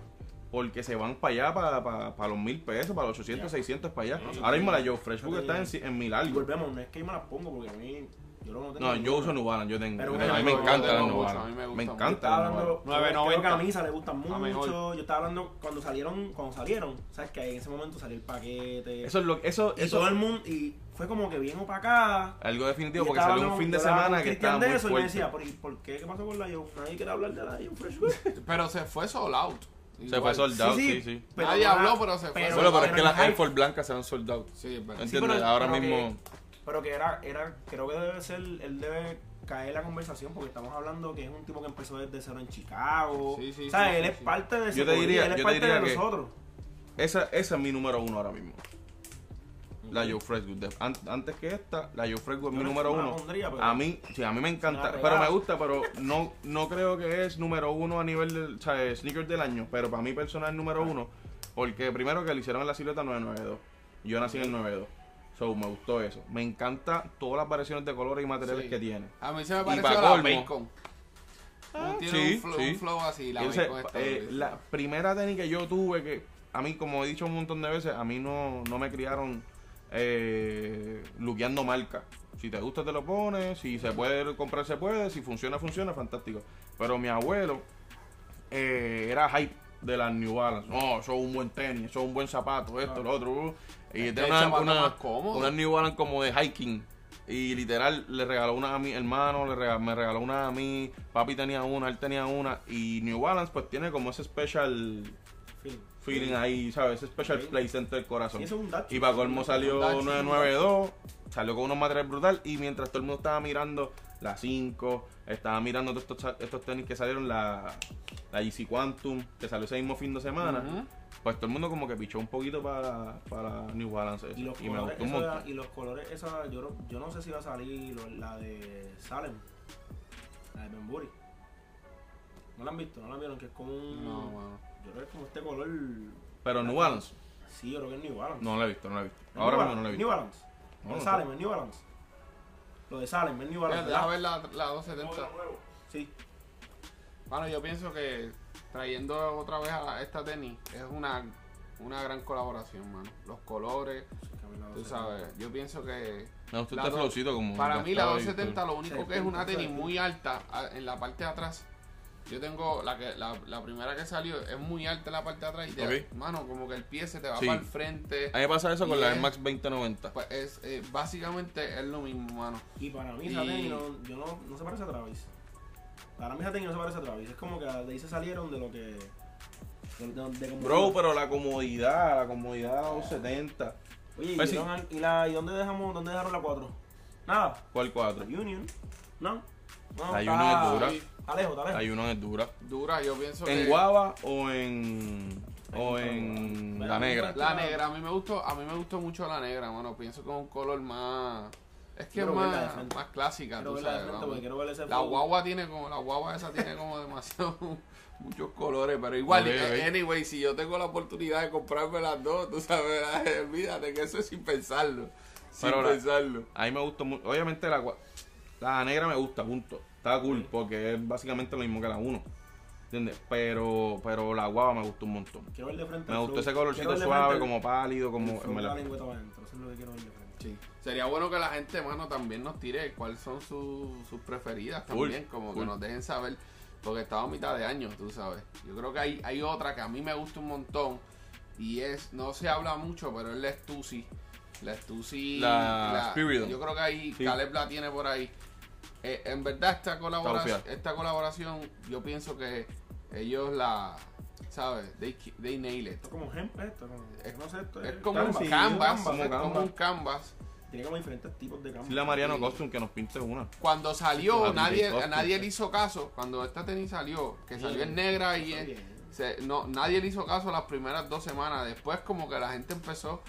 [SPEAKER 1] Porque se van para allá, para, para, para los mil pesos, para los 800, 600, para allá.
[SPEAKER 3] Sí,
[SPEAKER 1] Ahora
[SPEAKER 3] sí.
[SPEAKER 1] mismo la Joe Freshbook
[SPEAKER 3] Sí.
[SPEAKER 1] está en, ci- en mil
[SPEAKER 3] Y
[SPEAKER 1] algo.
[SPEAKER 3] volvemos, no es que yo me las pongo porque a mí. Yo no tengo.
[SPEAKER 1] No, yo
[SPEAKER 3] ninguna.
[SPEAKER 1] uso New Balance, yo tengo.
[SPEAKER 3] Pero
[SPEAKER 1] yo-
[SPEAKER 3] bueno,
[SPEAKER 1] a mí me
[SPEAKER 3] yo-
[SPEAKER 1] encanta
[SPEAKER 3] yo
[SPEAKER 1] la
[SPEAKER 3] tengo
[SPEAKER 1] New
[SPEAKER 2] mucho,
[SPEAKER 1] Balance.
[SPEAKER 2] a mí me
[SPEAKER 1] Me,
[SPEAKER 2] gusta mucho.
[SPEAKER 1] encanta
[SPEAKER 3] Estaba
[SPEAKER 1] la New
[SPEAKER 3] hablando.
[SPEAKER 1] Balance.
[SPEAKER 2] 9.90.
[SPEAKER 3] Creo que a Misa le gustan
[SPEAKER 2] A mejor.
[SPEAKER 3] mucho. Yo estaba hablando cuando salieron, cuando salieron. ¿Sabes que En ese momento salió el paquete.
[SPEAKER 1] Eso es lo eso,
[SPEAKER 3] y
[SPEAKER 1] eso
[SPEAKER 3] todo el mundo. Y fue como que bien opacada.
[SPEAKER 1] algo definitivo,
[SPEAKER 3] Y
[SPEAKER 1] porque
[SPEAKER 3] estaba
[SPEAKER 1] salió un
[SPEAKER 3] hablando-
[SPEAKER 1] fin de
[SPEAKER 3] yo hablaba
[SPEAKER 1] semana
[SPEAKER 3] con
[SPEAKER 1] que
[SPEAKER 3] Cristian
[SPEAKER 1] estaba
[SPEAKER 3] de
[SPEAKER 1] muy
[SPEAKER 3] eso, Y me
[SPEAKER 1] fuerte.
[SPEAKER 3] decía, ¿por, y por qué? ¿Qué pasó con la Yo? Nadie quiere hablar de la Yo Fresh Wave.
[SPEAKER 2] Pero se fue sold out.
[SPEAKER 1] Se fue sold out, sí, sí.
[SPEAKER 2] Nadie habló, pero se fue.
[SPEAKER 1] Bueno, pero es
[SPEAKER 2] Pero
[SPEAKER 1] que las
[SPEAKER 3] hype-
[SPEAKER 1] Air Force blancas se han soldado.
[SPEAKER 2] Sí, es verdad.
[SPEAKER 1] Entiendo,
[SPEAKER 3] Sí, pero-
[SPEAKER 1] ahora
[SPEAKER 3] pero
[SPEAKER 1] mismo.
[SPEAKER 3] que- pero que era, era, creo que debe ser, él debe caer la conversación porque estamos hablando que es un tipo que empezó desde cero en Chicago.
[SPEAKER 2] Sí, sí,
[SPEAKER 3] o sea,
[SPEAKER 2] sí,
[SPEAKER 3] él
[SPEAKER 2] sí,
[SPEAKER 3] es
[SPEAKER 2] sí.
[SPEAKER 3] parte de ese
[SPEAKER 1] Yo te
[SPEAKER 3] corillo,
[SPEAKER 1] diría-
[SPEAKER 3] él es
[SPEAKER 1] yo te
[SPEAKER 3] parte
[SPEAKER 1] diría
[SPEAKER 3] de
[SPEAKER 1] que-
[SPEAKER 3] nosotros.
[SPEAKER 1] Esa, esa es mi número uno ahora mismo. La Joe Fresco. De- an- Antes que esta, la Joe Fresco es
[SPEAKER 3] Yo
[SPEAKER 1] mi
[SPEAKER 3] no-
[SPEAKER 1] número
[SPEAKER 3] no la
[SPEAKER 1] uno.
[SPEAKER 3] pondría, pero-
[SPEAKER 1] A mí, sí, a mí me
[SPEAKER 3] Me
[SPEAKER 1] encanta.
[SPEAKER 3] la
[SPEAKER 1] Pero
[SPEAKER 3] pegaba.
[SPEAKER 1] me gusta, pero no, no creo que es número uno a nivel del o sea, de sneakers del año. Pero para mí personal es
[SPEAKER 3] Ah.
[SPEAKER 1] número uno. Porque primero que le hicieron en la silueta 992. Yo nací en el 92. So, me gustó eso. Me encanta todas las variaciones de colores y materiales
[SPEAKER 2] Sí.
[SPEAKER 1] que tiene.
[SPEAKER 2] A mí se me
[SPEAKER 1] pa'
[SPEAKER 2] pareció la
[SPEAKER 1] colmo.
[SPEAKER 2] Bacon. Un- tiene
[SPEAKER 1] sí,
[SPEAKER 2] un, flow,
[SPEAKER 1] sí.
[SPEAKER 2] un flow así, la
[SPEAKER 1] Entonces,
[SPEAKER 2] Bacon está
[SPEAKER 1] Ah. eh,
[SPEAKER 2] durísima.
[SPEAKER 1] la primera tenis que yo tuve, que a mí, como he dicho un montón de veces, a mí no, no me criaron eh, luqueando marca. Si te gusta, te lo pones. Si se puede comprar, se puede. Si funciona, funciona. Fantástico. Pero mi abuelo eh, era hype de las New Balance. No, eso es un buen tenis, eso es un buen zapato, esto, lo otro. uh. Y
[SPEAKER 2] Es
[SPEAKER 1] tenía
[SPEAKER 2] que el
[SPEAKER 1] una,
[SPEAKER 2] zapato
[SPEAKER 1] una-
[SPEAKER 2] más cómodo.
[SPEAKER 1] una New Balance como de hiking. Y literal, le regaló una a mi hermano, le rega- me regaló una a mí. Papi tenía una, él tenía una. Y New Balance, pues tiene como ese special
[SPEAKER 3] Fin.
[SPEAKER 1] feeling ahí, ¿sabes? Ese special
[SPEAKER 3] Sí.
[SPEAKER 1] place entre el corazón.
[SPEAKER 3] Y eso es un dacho.
[SPEAKER 1] Y para colmo salió
[SPEAKER 2] Un dacho, un
[SPEAKER 1] 992, salió con unos materiales brutal y mientras todo el mundo estaba mirando la 5, estaba mirando todos estos, cha- estos tenis que salieron, la, la GC Quantum, que salió ese mismo fin de semana,
[SPEAKER 2] Ujú.
[SPEAKER 1] pues todo el mundo como que pichó un poquito para, para New Balance eso.
[SPEAKER 3] Y,
[SPEAKER 1] y,
[SPEAKER 3] los
[SPEAKER 1] me
[SPEAKER 3] colores,
[SPEAKER 1] gustó un
[SPEAKER 3] esa-
[SPEAKER 1] montón.
[SPEAKER 3] y los colores, esa, yo, no- yo no sé si va a salir lo- la de Salem, la de Benbury. No la han visto, no la vieron, que es como un.
[SPEAKER 2] No,
[SPEAKER 1] Mm.
[SPEAKER 2] mano.
[SPEAKER 3] Yo creo que es como este color.
[SPEAKER 1] Pero New Balance,
[SPEAKER 3] Sí, yo creo que es New Balance.
[SPEAKER 1] no la he visto, no la he visto.
[SPEAKER 3] ¿Es
[SPEAKER 1] Ahora
[SPEAKER 3] New
[SPEAKER 1] mismo no la he
[SPEAKER 3] Balance?
[SPEAKER 1] visto.
[SPEAKER 3] New Balance.
[SPEAKER 1] No,
[SPEAKER 3] Lo de
[SPEAKER 1] no
[SPEAKER 3] Salem, es New Balance. Lo de Salem, es New Balance.
[SPEAKER 2] Deja
[SPEAKER 3] ¿verdad?
[SPEAKER 2] ver la, la 270.
[SPEAKER 3] Sí.
[SPEAKER 2] Bueno, yo pienso que trayendo otra vez a la- esta tenis es una, una gran colaboración, mano. Los colores, tú sabes. Yo pienso que.
[SPEAKER 1] Me gustó
[SPEAKER 2] la
[SPEAKER 1] este
[SPEAKER 2] do-
[SPEAKER 1] flowcito como
[SPEAKER 2] Para mí, la
[SPEAKER 1] gastado y
[SPEAKER 2] 270
[SPEAKER 1] todo.
[SPEAKER 2] lo único que es una tenis muy alta a- en la parte de atrás. Yo tengo la que la, la primera que salió es muy alta en la parte de atrás y te,
[SPEAKER 1] Ok.
[SPEAKER 2] mano, como que el pie se te va
[SPEAKER 1] Sí.
[SPEAKER 2] para el frente.
[SPEAKER 1] A mí me pasa eso con la
[SPEAKER 2] Y
[SPEAKER 1] Air
[SPEAKER 2] es-
[SPEAKER 1] Max 2090.
[SPEAKER 2] Pues es, eh, básicamente es lo mismo, mano.
[SPEAKER 3] Y para mí,
[SPEAKER 2] Y-
[SPEAKER 3] esa tenis no, yo no, no se parece a Travis. Para mí, esa tenis no se parece a Travis. Es como que de ahí se salieron de lo que. De, de- de como-
[SPEAKER 1] Bro, pero la comodidad, la comodidad de la 270.
[SPEAKER 3] Oye, ¿y,
[SPEAKER 1] Pues sí.
[SPEAKER 3] dieron al- y la, ¿y dónde dejamos dónde dejaron la 4? Nada.
[SPEAKER 1] ¿Cuál
[SPEAKER 3] La
[SPEAKER 1] 4?
[SPEAKER 3] Union. No. No,
[SPEAKER 1] La
[SPEAKER 3] está-
[SPEAKER 1] Union es dura.
[SPEAKER 3] Está lejos, está lejos.
[SPEAKER 1] Hay uno en dura.
[SPEAKER 2] Dura, yo pienso que.
[SPEAKER 1] ¿En Guava o en. o en.
[SPEAKER 3] Pero-
[SPEAKER 1] La Negra?
[SPEAKER 2] La negra, a mí me gustó, a mí me gustó mucho la negra, mano. Pienso que es un color más. Es que es
[SPEAKER 3] Quiero verla de
[SPEAKER 2] más,
[SPEAKER 3] frente.
[SPEAKER 2] más clásica,
[SPEAKER 3] Quiero
[SPEAKER 2] tú
[SPEAKER 3] verla de
[SPEAKER 2] sabes.
[SPEAKER 3] frente
[SPEAKER 2] vamos.
[SPEAKER 3] porque quiero ver ese
[SPEAKER 2] La
[SPEAKER 3] flow.
[SPEAKER 2] guagua tiene como, la guagua esa tiene como demasiado muchos colores, pero igual,
[SPEAKER 1] Ok,
[SPEAKER 2] eh,
[SPEAKER 1] ok.
[SPEAKER 2] anyway, si yo tengo la oportunidad de comprarme las dos, tú sabes, ¿verdad? olvídate que eso es sin pensarlo. Sin
[SPEAKER 1] Pero la-
[SPEAKER 2] pensarlo.
[SPEAKER 1] A mí me gustó mucho. Obviamente la, gua- la negra me gusta, punto. Está cool, porque es básicamente lo mismo que la 1. ¿Entiendes? Pero, pero la guava me gustó un montón.
[SPEAKER 3] Quiero ver de frente.
[SPEAKER 1] Me
[SPEAKER 3] el
[SPEAKER 1] gustó
[SPEAKER 3] flow.
[SPEAKER 1] ese
[SPEAKER 3] Quiero
[SPEAKER 1] colorcito
[SPEAKER 3] ver de frente
[SPEAKER 1] suave,
[SPEAKER 3] el-
[SPEAKER 1] como pálido,
[SPEAKER 3] el
[SPEAKER 1] como.
[SPEAKER 3] flow
[SPEAKER 1] en
[SPEAKER 3] de la
[SPEAKER 1] verdad.
[SPEAKER 3] lengüeta para adentro. Eso es lo que quiero ver de frente.
[SPEAKER 2] Sí. Sería bueno que la gente, mano, también nos tire cuáles son su- sus preferidas
[SPEAKER 1] Cool,
[SPEAKER 2] también, como que
[SPEAKER 1] cool.
[SPEAKER 2] nos dejen saber, porque estaba a mitad de año, tú sabes. Yo creo que hay, hay otra que a mí me gusta un montón y es, no se habla mucho, pero es la Stussy. La Stussy.
[SPEAKER 1] La Spiridon.
[SPEAKER 2] Yo creo que ahí
[SPEAKER 1] Sí.
[SPEAKER 2] Caleb la tiene por ahí. Eh, en verdad, esta colaboración,
[SPEAKER 1] oficial.
[SPEAKER 2] esta colaboración, yo pienso que ellos la. ¿Sabes? They, ki- they nail it.
[SPEAKER 3] Esto es como hemp, esto. como-
[SPEAKER 2] Es-
[SPEAKER 3] no sé, esto
[SPEAKER 2] Es como un
[SPEAKER 3] está en sí,
[SPEAKER 2] canvas,
[SPEAKER 3] gamba.
[SPEAKER 2] es como
[SPEAKER 1] gamba.
[SPEAKER 2] un canvas.
[SPEAKER 3] Tiene como diferentes tipos de canvas.
[SPEAKER 1] Sí, la Mariano Costume que nos pinte una.
[SPEAKER 2] Cuando salió,
[SPEAKER 1] Ah,
[SPEAKER 2] nadie,
[SPEAKER 1] Big
[SPEAKER 2] a nadie
[SPEAKER 1] Costume.
[SPEAKER 2] le hizo caso. Cuando esta tenis salió, que salió en
[SPEAKER 3] Sí.
[SPEAKER 2] negra y
[SPEAKER 3] Está
[SPEAKER 2] en-
[SPEAKER 3] bien.
[SPEAKER 2] se- no, nadie le hizo caso las primeras dos semanas. Después como que la gente empezó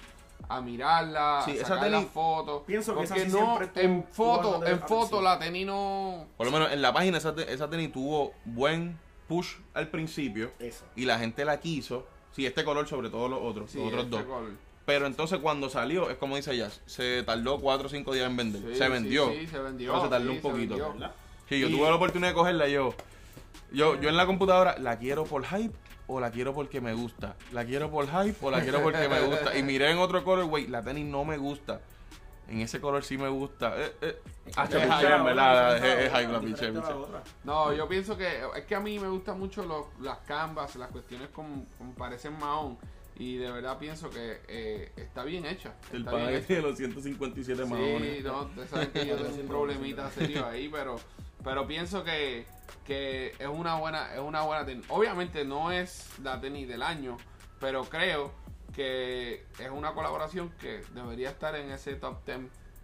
[SPEAKER 2] a mirarla,
[SPEAKER 1] Sí,
[SPEAKER 2] a
[SPEAKER 1] esa
[SPEAKER 2] sacar
[SPEAKER 1] tenis-
[SPEAKER 2] las fotos.
[SPEAKER 3] Pienso que
[SPEAKER 2] porque
[SPEAKER 3] esa sí
[SPEAKER 2] no,
[SPEAKER 3] siempre estuvo-
[SPEAKER 2] en
[SPEAKER 3] estuvo
[SPEAKER 2] foto,
[SPEAKER 3] bastante
[SPEAKER 2] en foto
[SPEAKER 3] atención.
[SPEAKER 2] la tenis no...
[SPEAKER 1] Por lo menos en la página esa, te- esa tenis tuvo buen push al principio.
[SPEAKER 3] Eso.
[SPEAKER 1] Y la gente la quiso. Sí, este color sobre todo los otros,
[SPEAKER 2] Sí,
[SPEAKER 1] los otros
[SPEAKER 2] este
[SPEAKER 1] dos.
[SPEAKER 2] color.
[SPEAKER 1] Pero entonces cuando salió, es como dice Jazz, se tardó 4 o 5 días en vender.
[SPEAKER 2] Sí,
[SPEAKER 1] se
[SPEAKER 2] sí,
[SPEAKER 1] vendió.
[SPEAKER 2] sí, se vendió.
[SPEAKER 1] Pero se tardó
[SPEAKER 2] sí,
[SPEAKER 1] un poquito.
[SPEAKER 2] vendió.
[SPEAKER 3] ¿Verdad?
[SPEAKER 1] Sí, yo
[SPEAKER 2] Y-
[SPEAKER 1] tuve la oportunidad de cogerla y yo. Yo, yo en la computadora, ¿la quiero por hype o la quiero porque me gusta? ¿La quiero por hype o la quiero porque me gusta? Y miré en otro color, güey, la tenis no me gusta. En ese color sí me gusta. Eh, eh. Hasta
[SPEAKER 2] Es
[SPEAKER 1] piché,
[SPEAKER 2] hype,
[SPEAKER 1] en verdad,
[SPEAKER 3] Diferente a
[SPEAKER 1] es- es
[SPEAKER 3] otra,
[SPEAKER 1] hype, la
[SPEAKER 3] diferente
[SPEAKER 1] piché,
[SPEAKER 3] a la
[SPEAKER 1] piché.
[SPEAKER 3] otra.
[SPEAKER 2] No, yo pienso que es que a mí me gustan mucho los, las canvas, las cuestiones como, como parecen mahón. Y de verdad pienso que eh, está bien hecha.
[SPEAKER 1] El
[SPEAKER 2] está
[SPEAKER 1] pana
[SPEAKER 2] bien
[SPEAKER 1] que
[SPEAKER 2] hecha.
[SPEAKER 1] tiene los 157
[SPEAKER 2] Sí,
[SPEAKER 1] maones.
[SPEAKER 2] no, ustedes saben que yo tengo un problemita serio ahí, pero, pero pienso que, que es una buena, es una buena tenis. Obviamente no es la tenis del año, pero creo que es una colaboración que debería estar en ese top 10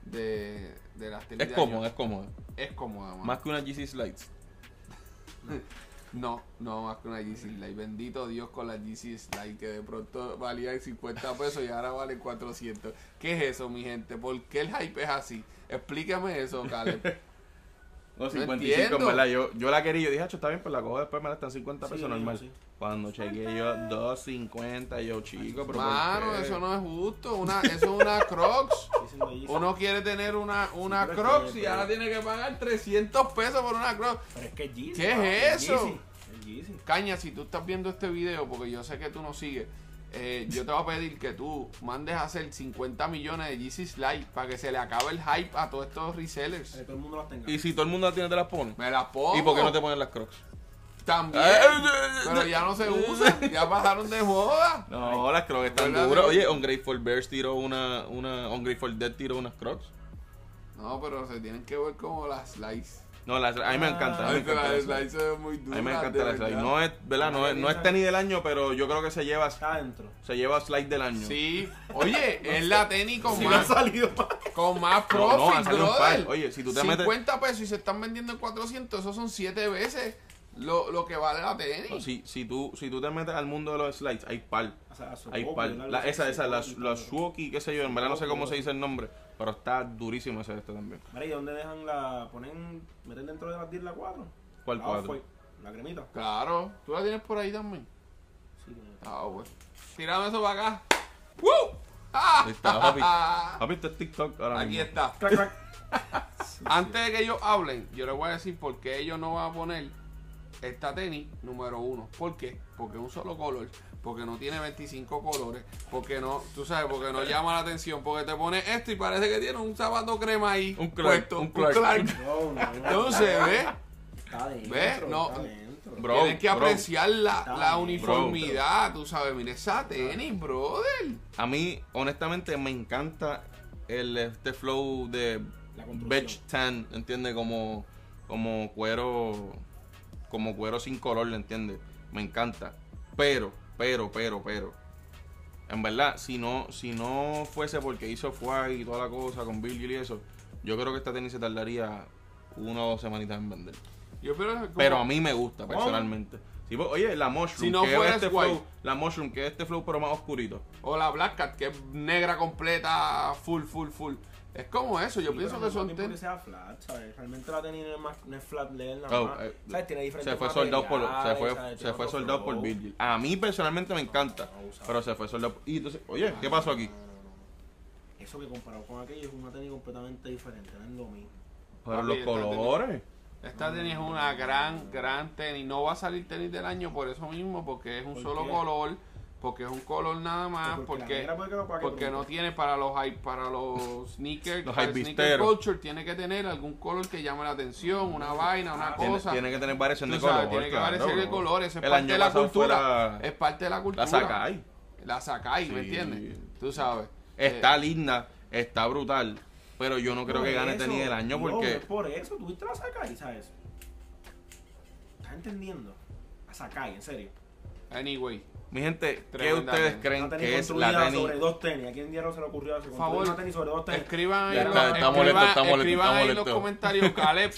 [SPEAKER 2] de, de las tenis
[SPEAKER 1] Es
[SPEAKER 2] de
[SPEAKER 1] cómoda,
[SPEAKER 2] año.
[SPEAKER 1] es cómoda.
[SPEAKER 2] Es cómoda, mano.
[SPEAKER 1] Más que una GC Slides.
[SPEAKER 2] No, no más que una GC Slide. Bendito Dios con la GC Slide que de pronto valía 50 pesos y ahora vale 400. ¿Qué es eso, mi gente? ¿Por qué el hype es así? Explícame eso, Caleb.
[SPEAKER 1] No,
[SPEAKER 2] No
[SPEAKER 1] 55, en
[SPEAKER 2] entiendo.
[SPEAKER 1] ¿verdad? Yo, yo la quería, yo dije, "Acho, está bien, pues la cojo después, me la están 50
[SPEAKER 3] Sí,
[SPEAKER 1] pesos
[SPEAKER 3] yo
[SPEAKER 1] normal.
[SPEAKER 3] digo, sí.
[SPEAKER 1] Cuando chequeé yo 250, yo chico, pero. ¿por
[SPEAKER 2] Mano,
[SPEAKER 1] qué?"
[SPEAKER 2] eso no es justo. Una, eso es una Crocs.
[SPEAKER 3] Dicen de allí,
[SPEAKER 2] Uno quiere tener una, una
[SPEAKER 3] Sí, pero es
[SPEAKER 2] Crocs
[SPEAKER 3] que-
[SPEAKER 2] y ahora tiene que pagar 300 pesos por una Crocs.
[SPEAKER 3] Pero es que es Yeezy.
[SPEAKER 2] ¿Qué es
[SPEAKER 3] papi,
[SPEAKER 2] eso?
[SPEAKER 3] Yeezy, es Yeezy.
[SPEAKER 2] Caña, si tú estás viendo este video, porque yo sé que tú nos sigues, eh, yo te voy a pedir que tú mandes a hacer 50 millones de GC Slide para que se le acabe el hype a todos estos resellers.
[SPEAKER 3] Que todo el mundo las tenga.
[SPEAKER 1] Y si todo el mundo la tiene, te las pone.
[SPEAKER 2] Me las pongo.
[SPEAKER 1] ¿Y por qué no te ponen las crocs?
[SPEAKER 2] También.
[SPEAKER 1] Eh, eh,
[SPEAKER 2] pero
[SPEAKER 1] eh,
[SPEAKER 2] ya no se usan, ya pasaron de moda.
[SPEAKER 1] No, las crocs están
[SPEAKER 2] ¿Verdad?
[SPEAKER 1] duras. Oye, Ungrateful Bears tiró una, una. Ungrateful Dead tiró unas crocs.
[SPEAKER 2] No, pero se tienen que ver como las slides.
[SPEAKER 1] No, las, a mí me encantan. A mí me
[SPEAKER 2] Ay, pero
[SPEAKER 1] encantan
[SPEAKER 2] Las
[SPEAKER 1] las slides.
[SPEAKER 2] slides se ven muy
[SPEAKER 1] A
[SPEAKER 2] duras.
[SPEAKER 1] mí me
[SPEAKER 2] de
[SPEAKER 1] encantan las
[SPEAKER 2] verdad.
[SPEAKER 1] slides. No es, ¿verdad? No es, no es tenis del año, pero yo creo que se lleva.
[SPEAKER 3] Está adentro.
[SPEAKER 1] Se lleva slide del año.
[SPEAKER 2] Sí. Oye, es la tenis con
[SPEAKER 3] Si no ha
[SPEAKER 2] más,
[SPEAKER 3] salido más.
[SPEAKER 2] con más
[SPEAKER 1] No, no,
[SPEAKER 2] profit,
[SPEAKER 1] han salido un
[SPEAKER 2] brother.
[SPEAKER 1] par. Oye, si tú te
[SPEAKER 2] 50
[SPEAKER 1] metes-
[SPEAKER 2] pesos y se están vendiendo en 400, eso son 7 veces lo, lo que vale la tenis.
[SPEAKER 1] No, si, si, tú, si tú te metes al mundo de los slides, hay par.
[SPEAKER 3] O sea, a su
[SPEAKER 1] Hay
[SPEAKER 3] bobo,
[SPEAKER 1] par.
[SPEAKER 3] ¿verdad?
[SPEAKER 1] La- esa, esa, la,
[SPEAKER 3] Sí,
[SPEAKER 1] la
[SPEAKER 3] sí.
[SPEAKER 1] Suoki, qué sé yo, en verdad no sé cómo
[SPEAKER 3] Suoki.
[SPEAKER 1] se dice el nombre, pero está durísimo ese este también.
[SPEAKER 3] Mira, ¿y dónde dejan la. ponen. meten dentro de las 10 la 4?
[SPEAKER 1] ¿Cuál cuadro?
[SPEAKER 3] La cremita.
[SPEAKER 2] Claro, tú la tienes por ahí también.
[SPEAKER 3] Sí, como-
[SPEAKER 2] Ah, bueno. Tirame eso para acá. ¡Woo! ¡Ah!
[SPEAKER 1] Ahí está, papi. Papi, esto es TikTok ahora
[SPEAKER 2] Aquí
[SPEAKER 1] mismo.
[SPEAKER 2] está.
[SPEAKER 3] Crac, crac.
[SPEAKER 2] Antes de que ellos hablen, yo les voy a decir por qué ellos no van a poner esta tenis número uno. ¿Por qué? Porque es un solo color, porque no tiene 25 colores, porque no, tú sabes, porque no llama la atención, porque te pones esto y parece que tiene un zapato crema ahí.
[SPEAKER 1] Un Clark, un Clark.
[SPEAKER 3] No, no, no.
[SPEAKER 2] Entonces, ¿ves?
[SPEAKER 3] Está adentro.
[SPEAKER 2] ¿Ves? No.
[SPEAKER 3] Está adentro.
[SPEAKER 1] Bro,
[SPEAKER 2] Tienes que
[SPEAKER 1] bro.
[SPEAKER 2] apreciar la,
[SPEAKER 3] Está
[SPEAKER 2] la
[SPEAKER 3] bien.
[SPEAKER 2] uniformidad, tú sabes. Mira esa tenis, brother.
[SPEAKER 1] A mí, honestamente, me encanta el este flow de
[SPEAKER 3] La construcción.
[SPEAKER 1] beige tan, ¿entiendes? Como, como cuero, como cuero sin color, ¿entiendes? Me encanta. Pero, pero, pero, pero. En verdad, si no, si no fuese porque hizo Fuag y toda la cosa con Virgil y eso, yo creo que esta tenis se tardaría una o dos semanitas en vender.
[SPEAKER 2] Yo creo que como-
[SPEAKER 1] Pero a mí me gusta, personalmente. Sí, pues, oye, la mushroom,
[SPEAKER 2] Si no
[SPEAKER 1] que es
[SPEAKER 2] fueras
[SPEAKER 1] este
[SPEAKER 2] white.
[SPEAKER 1] flow, la mushroom, que es este flow, pero más oscurito.
[SPEAKER 2] O la Black Cat, que es negra completa, full, full, full. Es como eso, yo pienso que son
[SPEAKER 3] tenis.
[SPEAKER 2] tenis.
[SPEAKER 3] que sea flat, ¿sabes? Realmente la tenis no es, más, no es flat leather nada
[SPEAKER 1] Oh,
[SPEAKER 3] más.
[SPEAKER 1] eh,
[SPEAKER 3] ¿Sabes? Tiene diferentes
[SPEAKER 1] Se fue soldado por se
[SPEAKER 3] materiales,
[SPEAKER 1] fue,
[SPEAKER 3] ¿sabes?
[SPEAKER 1] se
[SPEAKER 3] Tiene
[SPEAKER 1] fue
[SPEAKER 3] otro
[SPEAKER 1] soldado por
[SPEAKER 3] flow.
[SPEAKER 1] Virgil. A mí personalmente me encanta,
[SPEAKER 3] no, usado.
[SPEAKER 1] pero se fue soldado. Y entonces, oye, ¿qué pasó aquí?
[SPEAKER 3] Eso que comparado con aquello es una tenis completamente diferente, no es lo mismo.
[SPEAKER 1] Pero
[SPEAKER 2] Papi,
[SPEAKER 1] los
[SPEAKER 2] está
[SPEAKER 1] colores.
[SPEAKER 2] Esta Este tenis es una gran, gran tenis. No va a salir tenis del año por eso mismo, porque es un
[SPEAKER 3] ¿Por
[SPEAKER 2] solo
[SPEAKER 3] qué?
[SPEAKER 2] color, porque es un color nada
[SPEAKER 1] Ah,
[SPEAKER 2] más,
[SPEAKER 3] Porque la
[SPEAKER 2] porque,
[SPEAKER 3] negra puede que lo pague
[SPEAKER 2] porque
[SPEAKER 3] pronto.
[SPEAKER 2] no tiene para los hy- para los sneakers,
[SPEAKER 1] Los
[SPEAKER 2] para el sneaker
[SPEAKER 1] hypevisteros.
[SPEAKER 2] culture, tiene que tener algún color que llame la atención, una vaina, una
[SPEAKER 3] Ah,
[SPEAKER 1] Tiene,
[SPEAKER 2] cosa.
[SPEAKER 1] tiene que tener variación de
[SPEAKER 2] Tú sabes,
[SPEAKER 1] colores.
[SPEAKER 2] tiene que
[SPEAKER 1] claro,
[SPEAKER 2] parecer de
[SPEAKER 1] bro.
[SPEAKER 2] colores, es
[SPEAKER 1] El
[SPEAKER 2] parte
[SPEAKER 1] año
[SPEAKER 2] de la
[SPEAKER 1] pasado fue
[SPEAKER 2] cultura.
[SPEAKER 1] la-
[SPEAKER 2] Es parte de la cultura.
[SPEAKER 1] La Sakai.
[SPEAKER 2] La Sakai, ¿me
[SPEAKER 1] Sí.
[SPEAKER 2] entiendes? Tú sabes.
[SPEAKER 1] Está
[SPEAKER 2] Eh,
[SPEAKER 1] linda, está brutal, pero yo no creo que
[SPEAKER 3] Por
[SPEAKER 1] gane
[SPEAKER 3] eso,
[SPEAKER 1] tenis del año
[SPEAKER 3] no,
[SPEAKER 1] porque
[SPEAKER 3] es por eso, tuviste la Sakai, ¿sabes? ¿Estás entendiendo? La Sakai, en serio.
[SPEAKER 2] anyway.
[SPEAKER 1] mi gente, ¿qué
[SPEAKER 2] Tremenda
[SPEAKER 1] ustedes
[SPEAKER 2] tenis.
[SPEAKER 1] creen
[SPEAKER 3] Una tenis
[SPEAKER 1] que es la
[SPEAKER 3] construida
[SPEAKER 1] tenis?
[SPEAKER 3] sobre dos tenis. ¿A quién diablo se le ocurrió eso?
[SPEAKER 2] Por
[SPEAKER 3] Construir
[SPEAKER 2] favor,
[SPEAKER 3] una tenis sobre dos tenis.
[SPEAKER 2] Escriban ahí,
[SPEAKER 3] Ya
[SPEAKER 2] los-
[SPEAKER 3] está, está
[SPEAKER 2] escriban-
[SPEAKER 1] molesto, está molesto,
[SPEAKER 2] escriban
[SPEAKER 1] está
[SPEAKER 2] ahí en los
[SPEAKER 1] molesto.
[SPEAKER 2] comentarios, Caleb,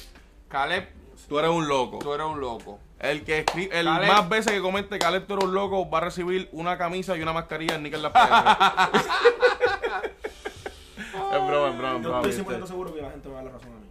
[SPEAKER 2] Caleb,
[SPEAKER 1] Tú eres un loco.
[SPEAKER 2] tú eres un loco.
[SPEAKER 1] El que escribe, el
[SPEAKER 2] Caleb.
[SPEAKER 1] más veces que comente Caleb tú eres un loco va a recibir una camisa y una mascarilla en Nickel Las Piedras. es broma, es broma, es
[SPEAKER 3] Yo
[SPEAKER 1] broma.
[SPEAKER 3] estoy
[SPEAKER 1] mi
[SPEAKER 3] 100%
[SPEAKER 1] gente.
[SPEAKER 3] seguro que la gente me va a dar la razón a mí.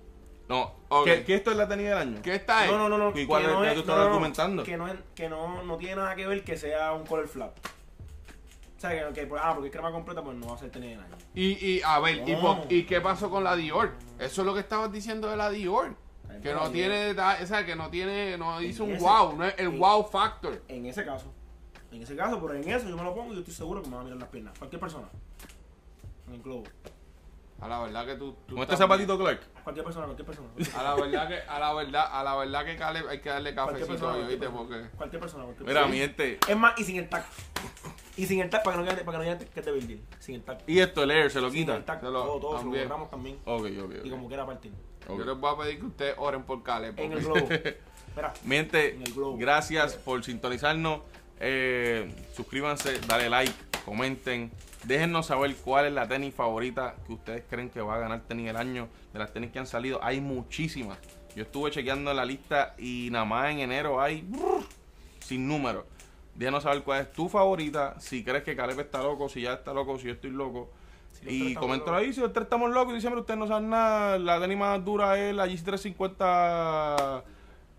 [SPEAKER 1] No,
[SPEAKER 2] Ok.
[SPEAKER 1] ¿Qué, qué esto es la tenis del año?
[SPEAKER 2] ¿Qué está ahí?
[SPEAKER 3] No, no, no, no.
[SPEAKER 1] ¿Y cuál
[SPEAKER 3] que
[SPEAKER 1] es
[SPEAKER 3] no
[SPEAKER 1] la que tú estás
[SPEAKER 3] no, no, no,
[SPEAKER 1] argumentando?
[SPEAKER 3] Que, no, es- que no, no tiene nada que ver que sea un color flat. O sea, que, que, pues, ah, porque es crema completa, pues no va a ser tenis del año.
[SPEAKER 2] Y, y a ver, y,
[SPEAKER 3] No.
[SPEAKER 2] por- ¿y qué pasó con la Dior? Eso es lo que estabas diciendo de la Dior.
[SPEAKER 3] Ahí
[SPEAKER 2] Que
[SPEAKER 3] está
[SPEAKER 2] no
[SPEAKER 3] la
[SPEAKER 2] tiene, da- o sea, que no tiene, no dice un
[SPEAKER 3] ese-
[SPEAKER 2] wow, no es el
[SPEAKER 3] en-
[SPEAKER 2] wow factor.
[SPEAKER 3] En ese caso. En ese caso, pero en eso yo me lo pongo y yo estoy seguro que me va a mirar las piernas. Cualquier persona. En el globo.
[SPEAKER 2] A la verdad que tú, tú
[SPEAKER 1] ¿Con este
[SPEAKER 2] estás-
[SPEAKER 1] zapatito Clark?
[SPEAKER 3] Cualquier persona, cualquier persona.
[SPEAKER 2] A la verdad que, a la verdad, a la verdad que Caleb hay que darle
[SPEAKER 3] Cualquier
[SPEAKER 2] cafecito
[SPEAKER 3] persona.
[SPEAKER 2] hoy,
[SPEAKER 3] cualquier
[SPEAKER 2] oíste,
[SPEAKER 3] persona.
[SPEAKER 2] porque
[SPEAKER 3] Cualquier persona, cualquier
[SPEAKER 1] Mira,
[SPEAKER 3] persona.
[SPEAKER 1] mi gente.
[SPEAKER 3] Es más, y sin el tag. Y sin el tag, para que no quede, para que no quede que es de building. Sin el tag.
[SPEAKER 1] Y esto, el air, se lo
[SPEAKER 3] Sin el
[SPEAKER 1] quita.
[SPEAKER 3] tag.
[SPEAKER 2] Se lo-
[SPEAKER 3] todo, todo, se lo
[SPEAKER 2] también.
[SPEAKER 3] borramos también.
[SPEAKER 1] Ok, ok,
[SPEAKER 3] Y como
[SPEAKER 1] ok.
[SPEAKER 3] quiera partir.
[SPEAKER 1] Ok.
[SPEAKER 2] yo les voy a pedir que ustedes oren por Caleb.
[SPEAKER 3] En el
[SPEAKER 2] porque-
[SPEAKER 3] globo. Mira.
[SPEAKER 1] Mi gente,
[SPEAKER 3] En el globo.
[SPEAKER 1] gracias por sintonizarnos. Eh, suscríbanse, dale like, comenten. Déjennos saber cuál es la tenis favorita que ustedes creen que va a ganar tenis el año. De las tenis que han salido, hay muchísimas. Yo estuve chequeando la lista y nada más en enero hay brr, sin número. Déjanos saber cuál es tu favorita. Si crees que Caleb está loco, si ya está loco, si yo estoy loco.
[SPEAKER 3] Si los tres
[SPEAKER 1] Y
[SPEAKER 3] estamos
[SPEAKER 1] coméntalo
[SPEAKER 3] locos.
[SPEAKER 1] ahí, si los tres estamos locos y diciembre ustedes no saben nada, la tenis más dura es la GC350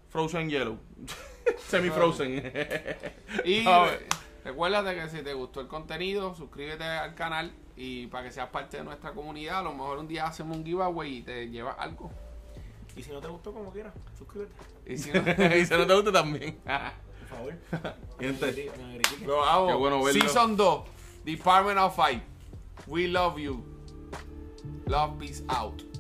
[SPEAKER 1] Frozen Yellow. Semi Frozen.
[SPEAKER 3] Ah,
[SPEAKER 2] Y
[SPEAKER 1] A ver.
[SPEAKER 2] recuérdate que si te gustó el contenido, suscríbete al canal y para que seas parte de nuestra comunidad, a lo mejor un día hacemos un giveaway y te llevas algo.
[SPEAKER 3] Y si no te gustó, como quiera, suscríbete.
[SPEAKER 2] Y si no,
[SPEAKER 1] y si no te gusta también.
[SPEAKER 3] Por favor.
[SPEAKER 1] Gente,
[SPEAKER 3] No me critiques.
[SPEAKER 2] lo hago.
[SPEAKER 1] Qué bueno verlo.
[SPEAKER 2] Season 2, Department of Fight. We love you. Love, peace out.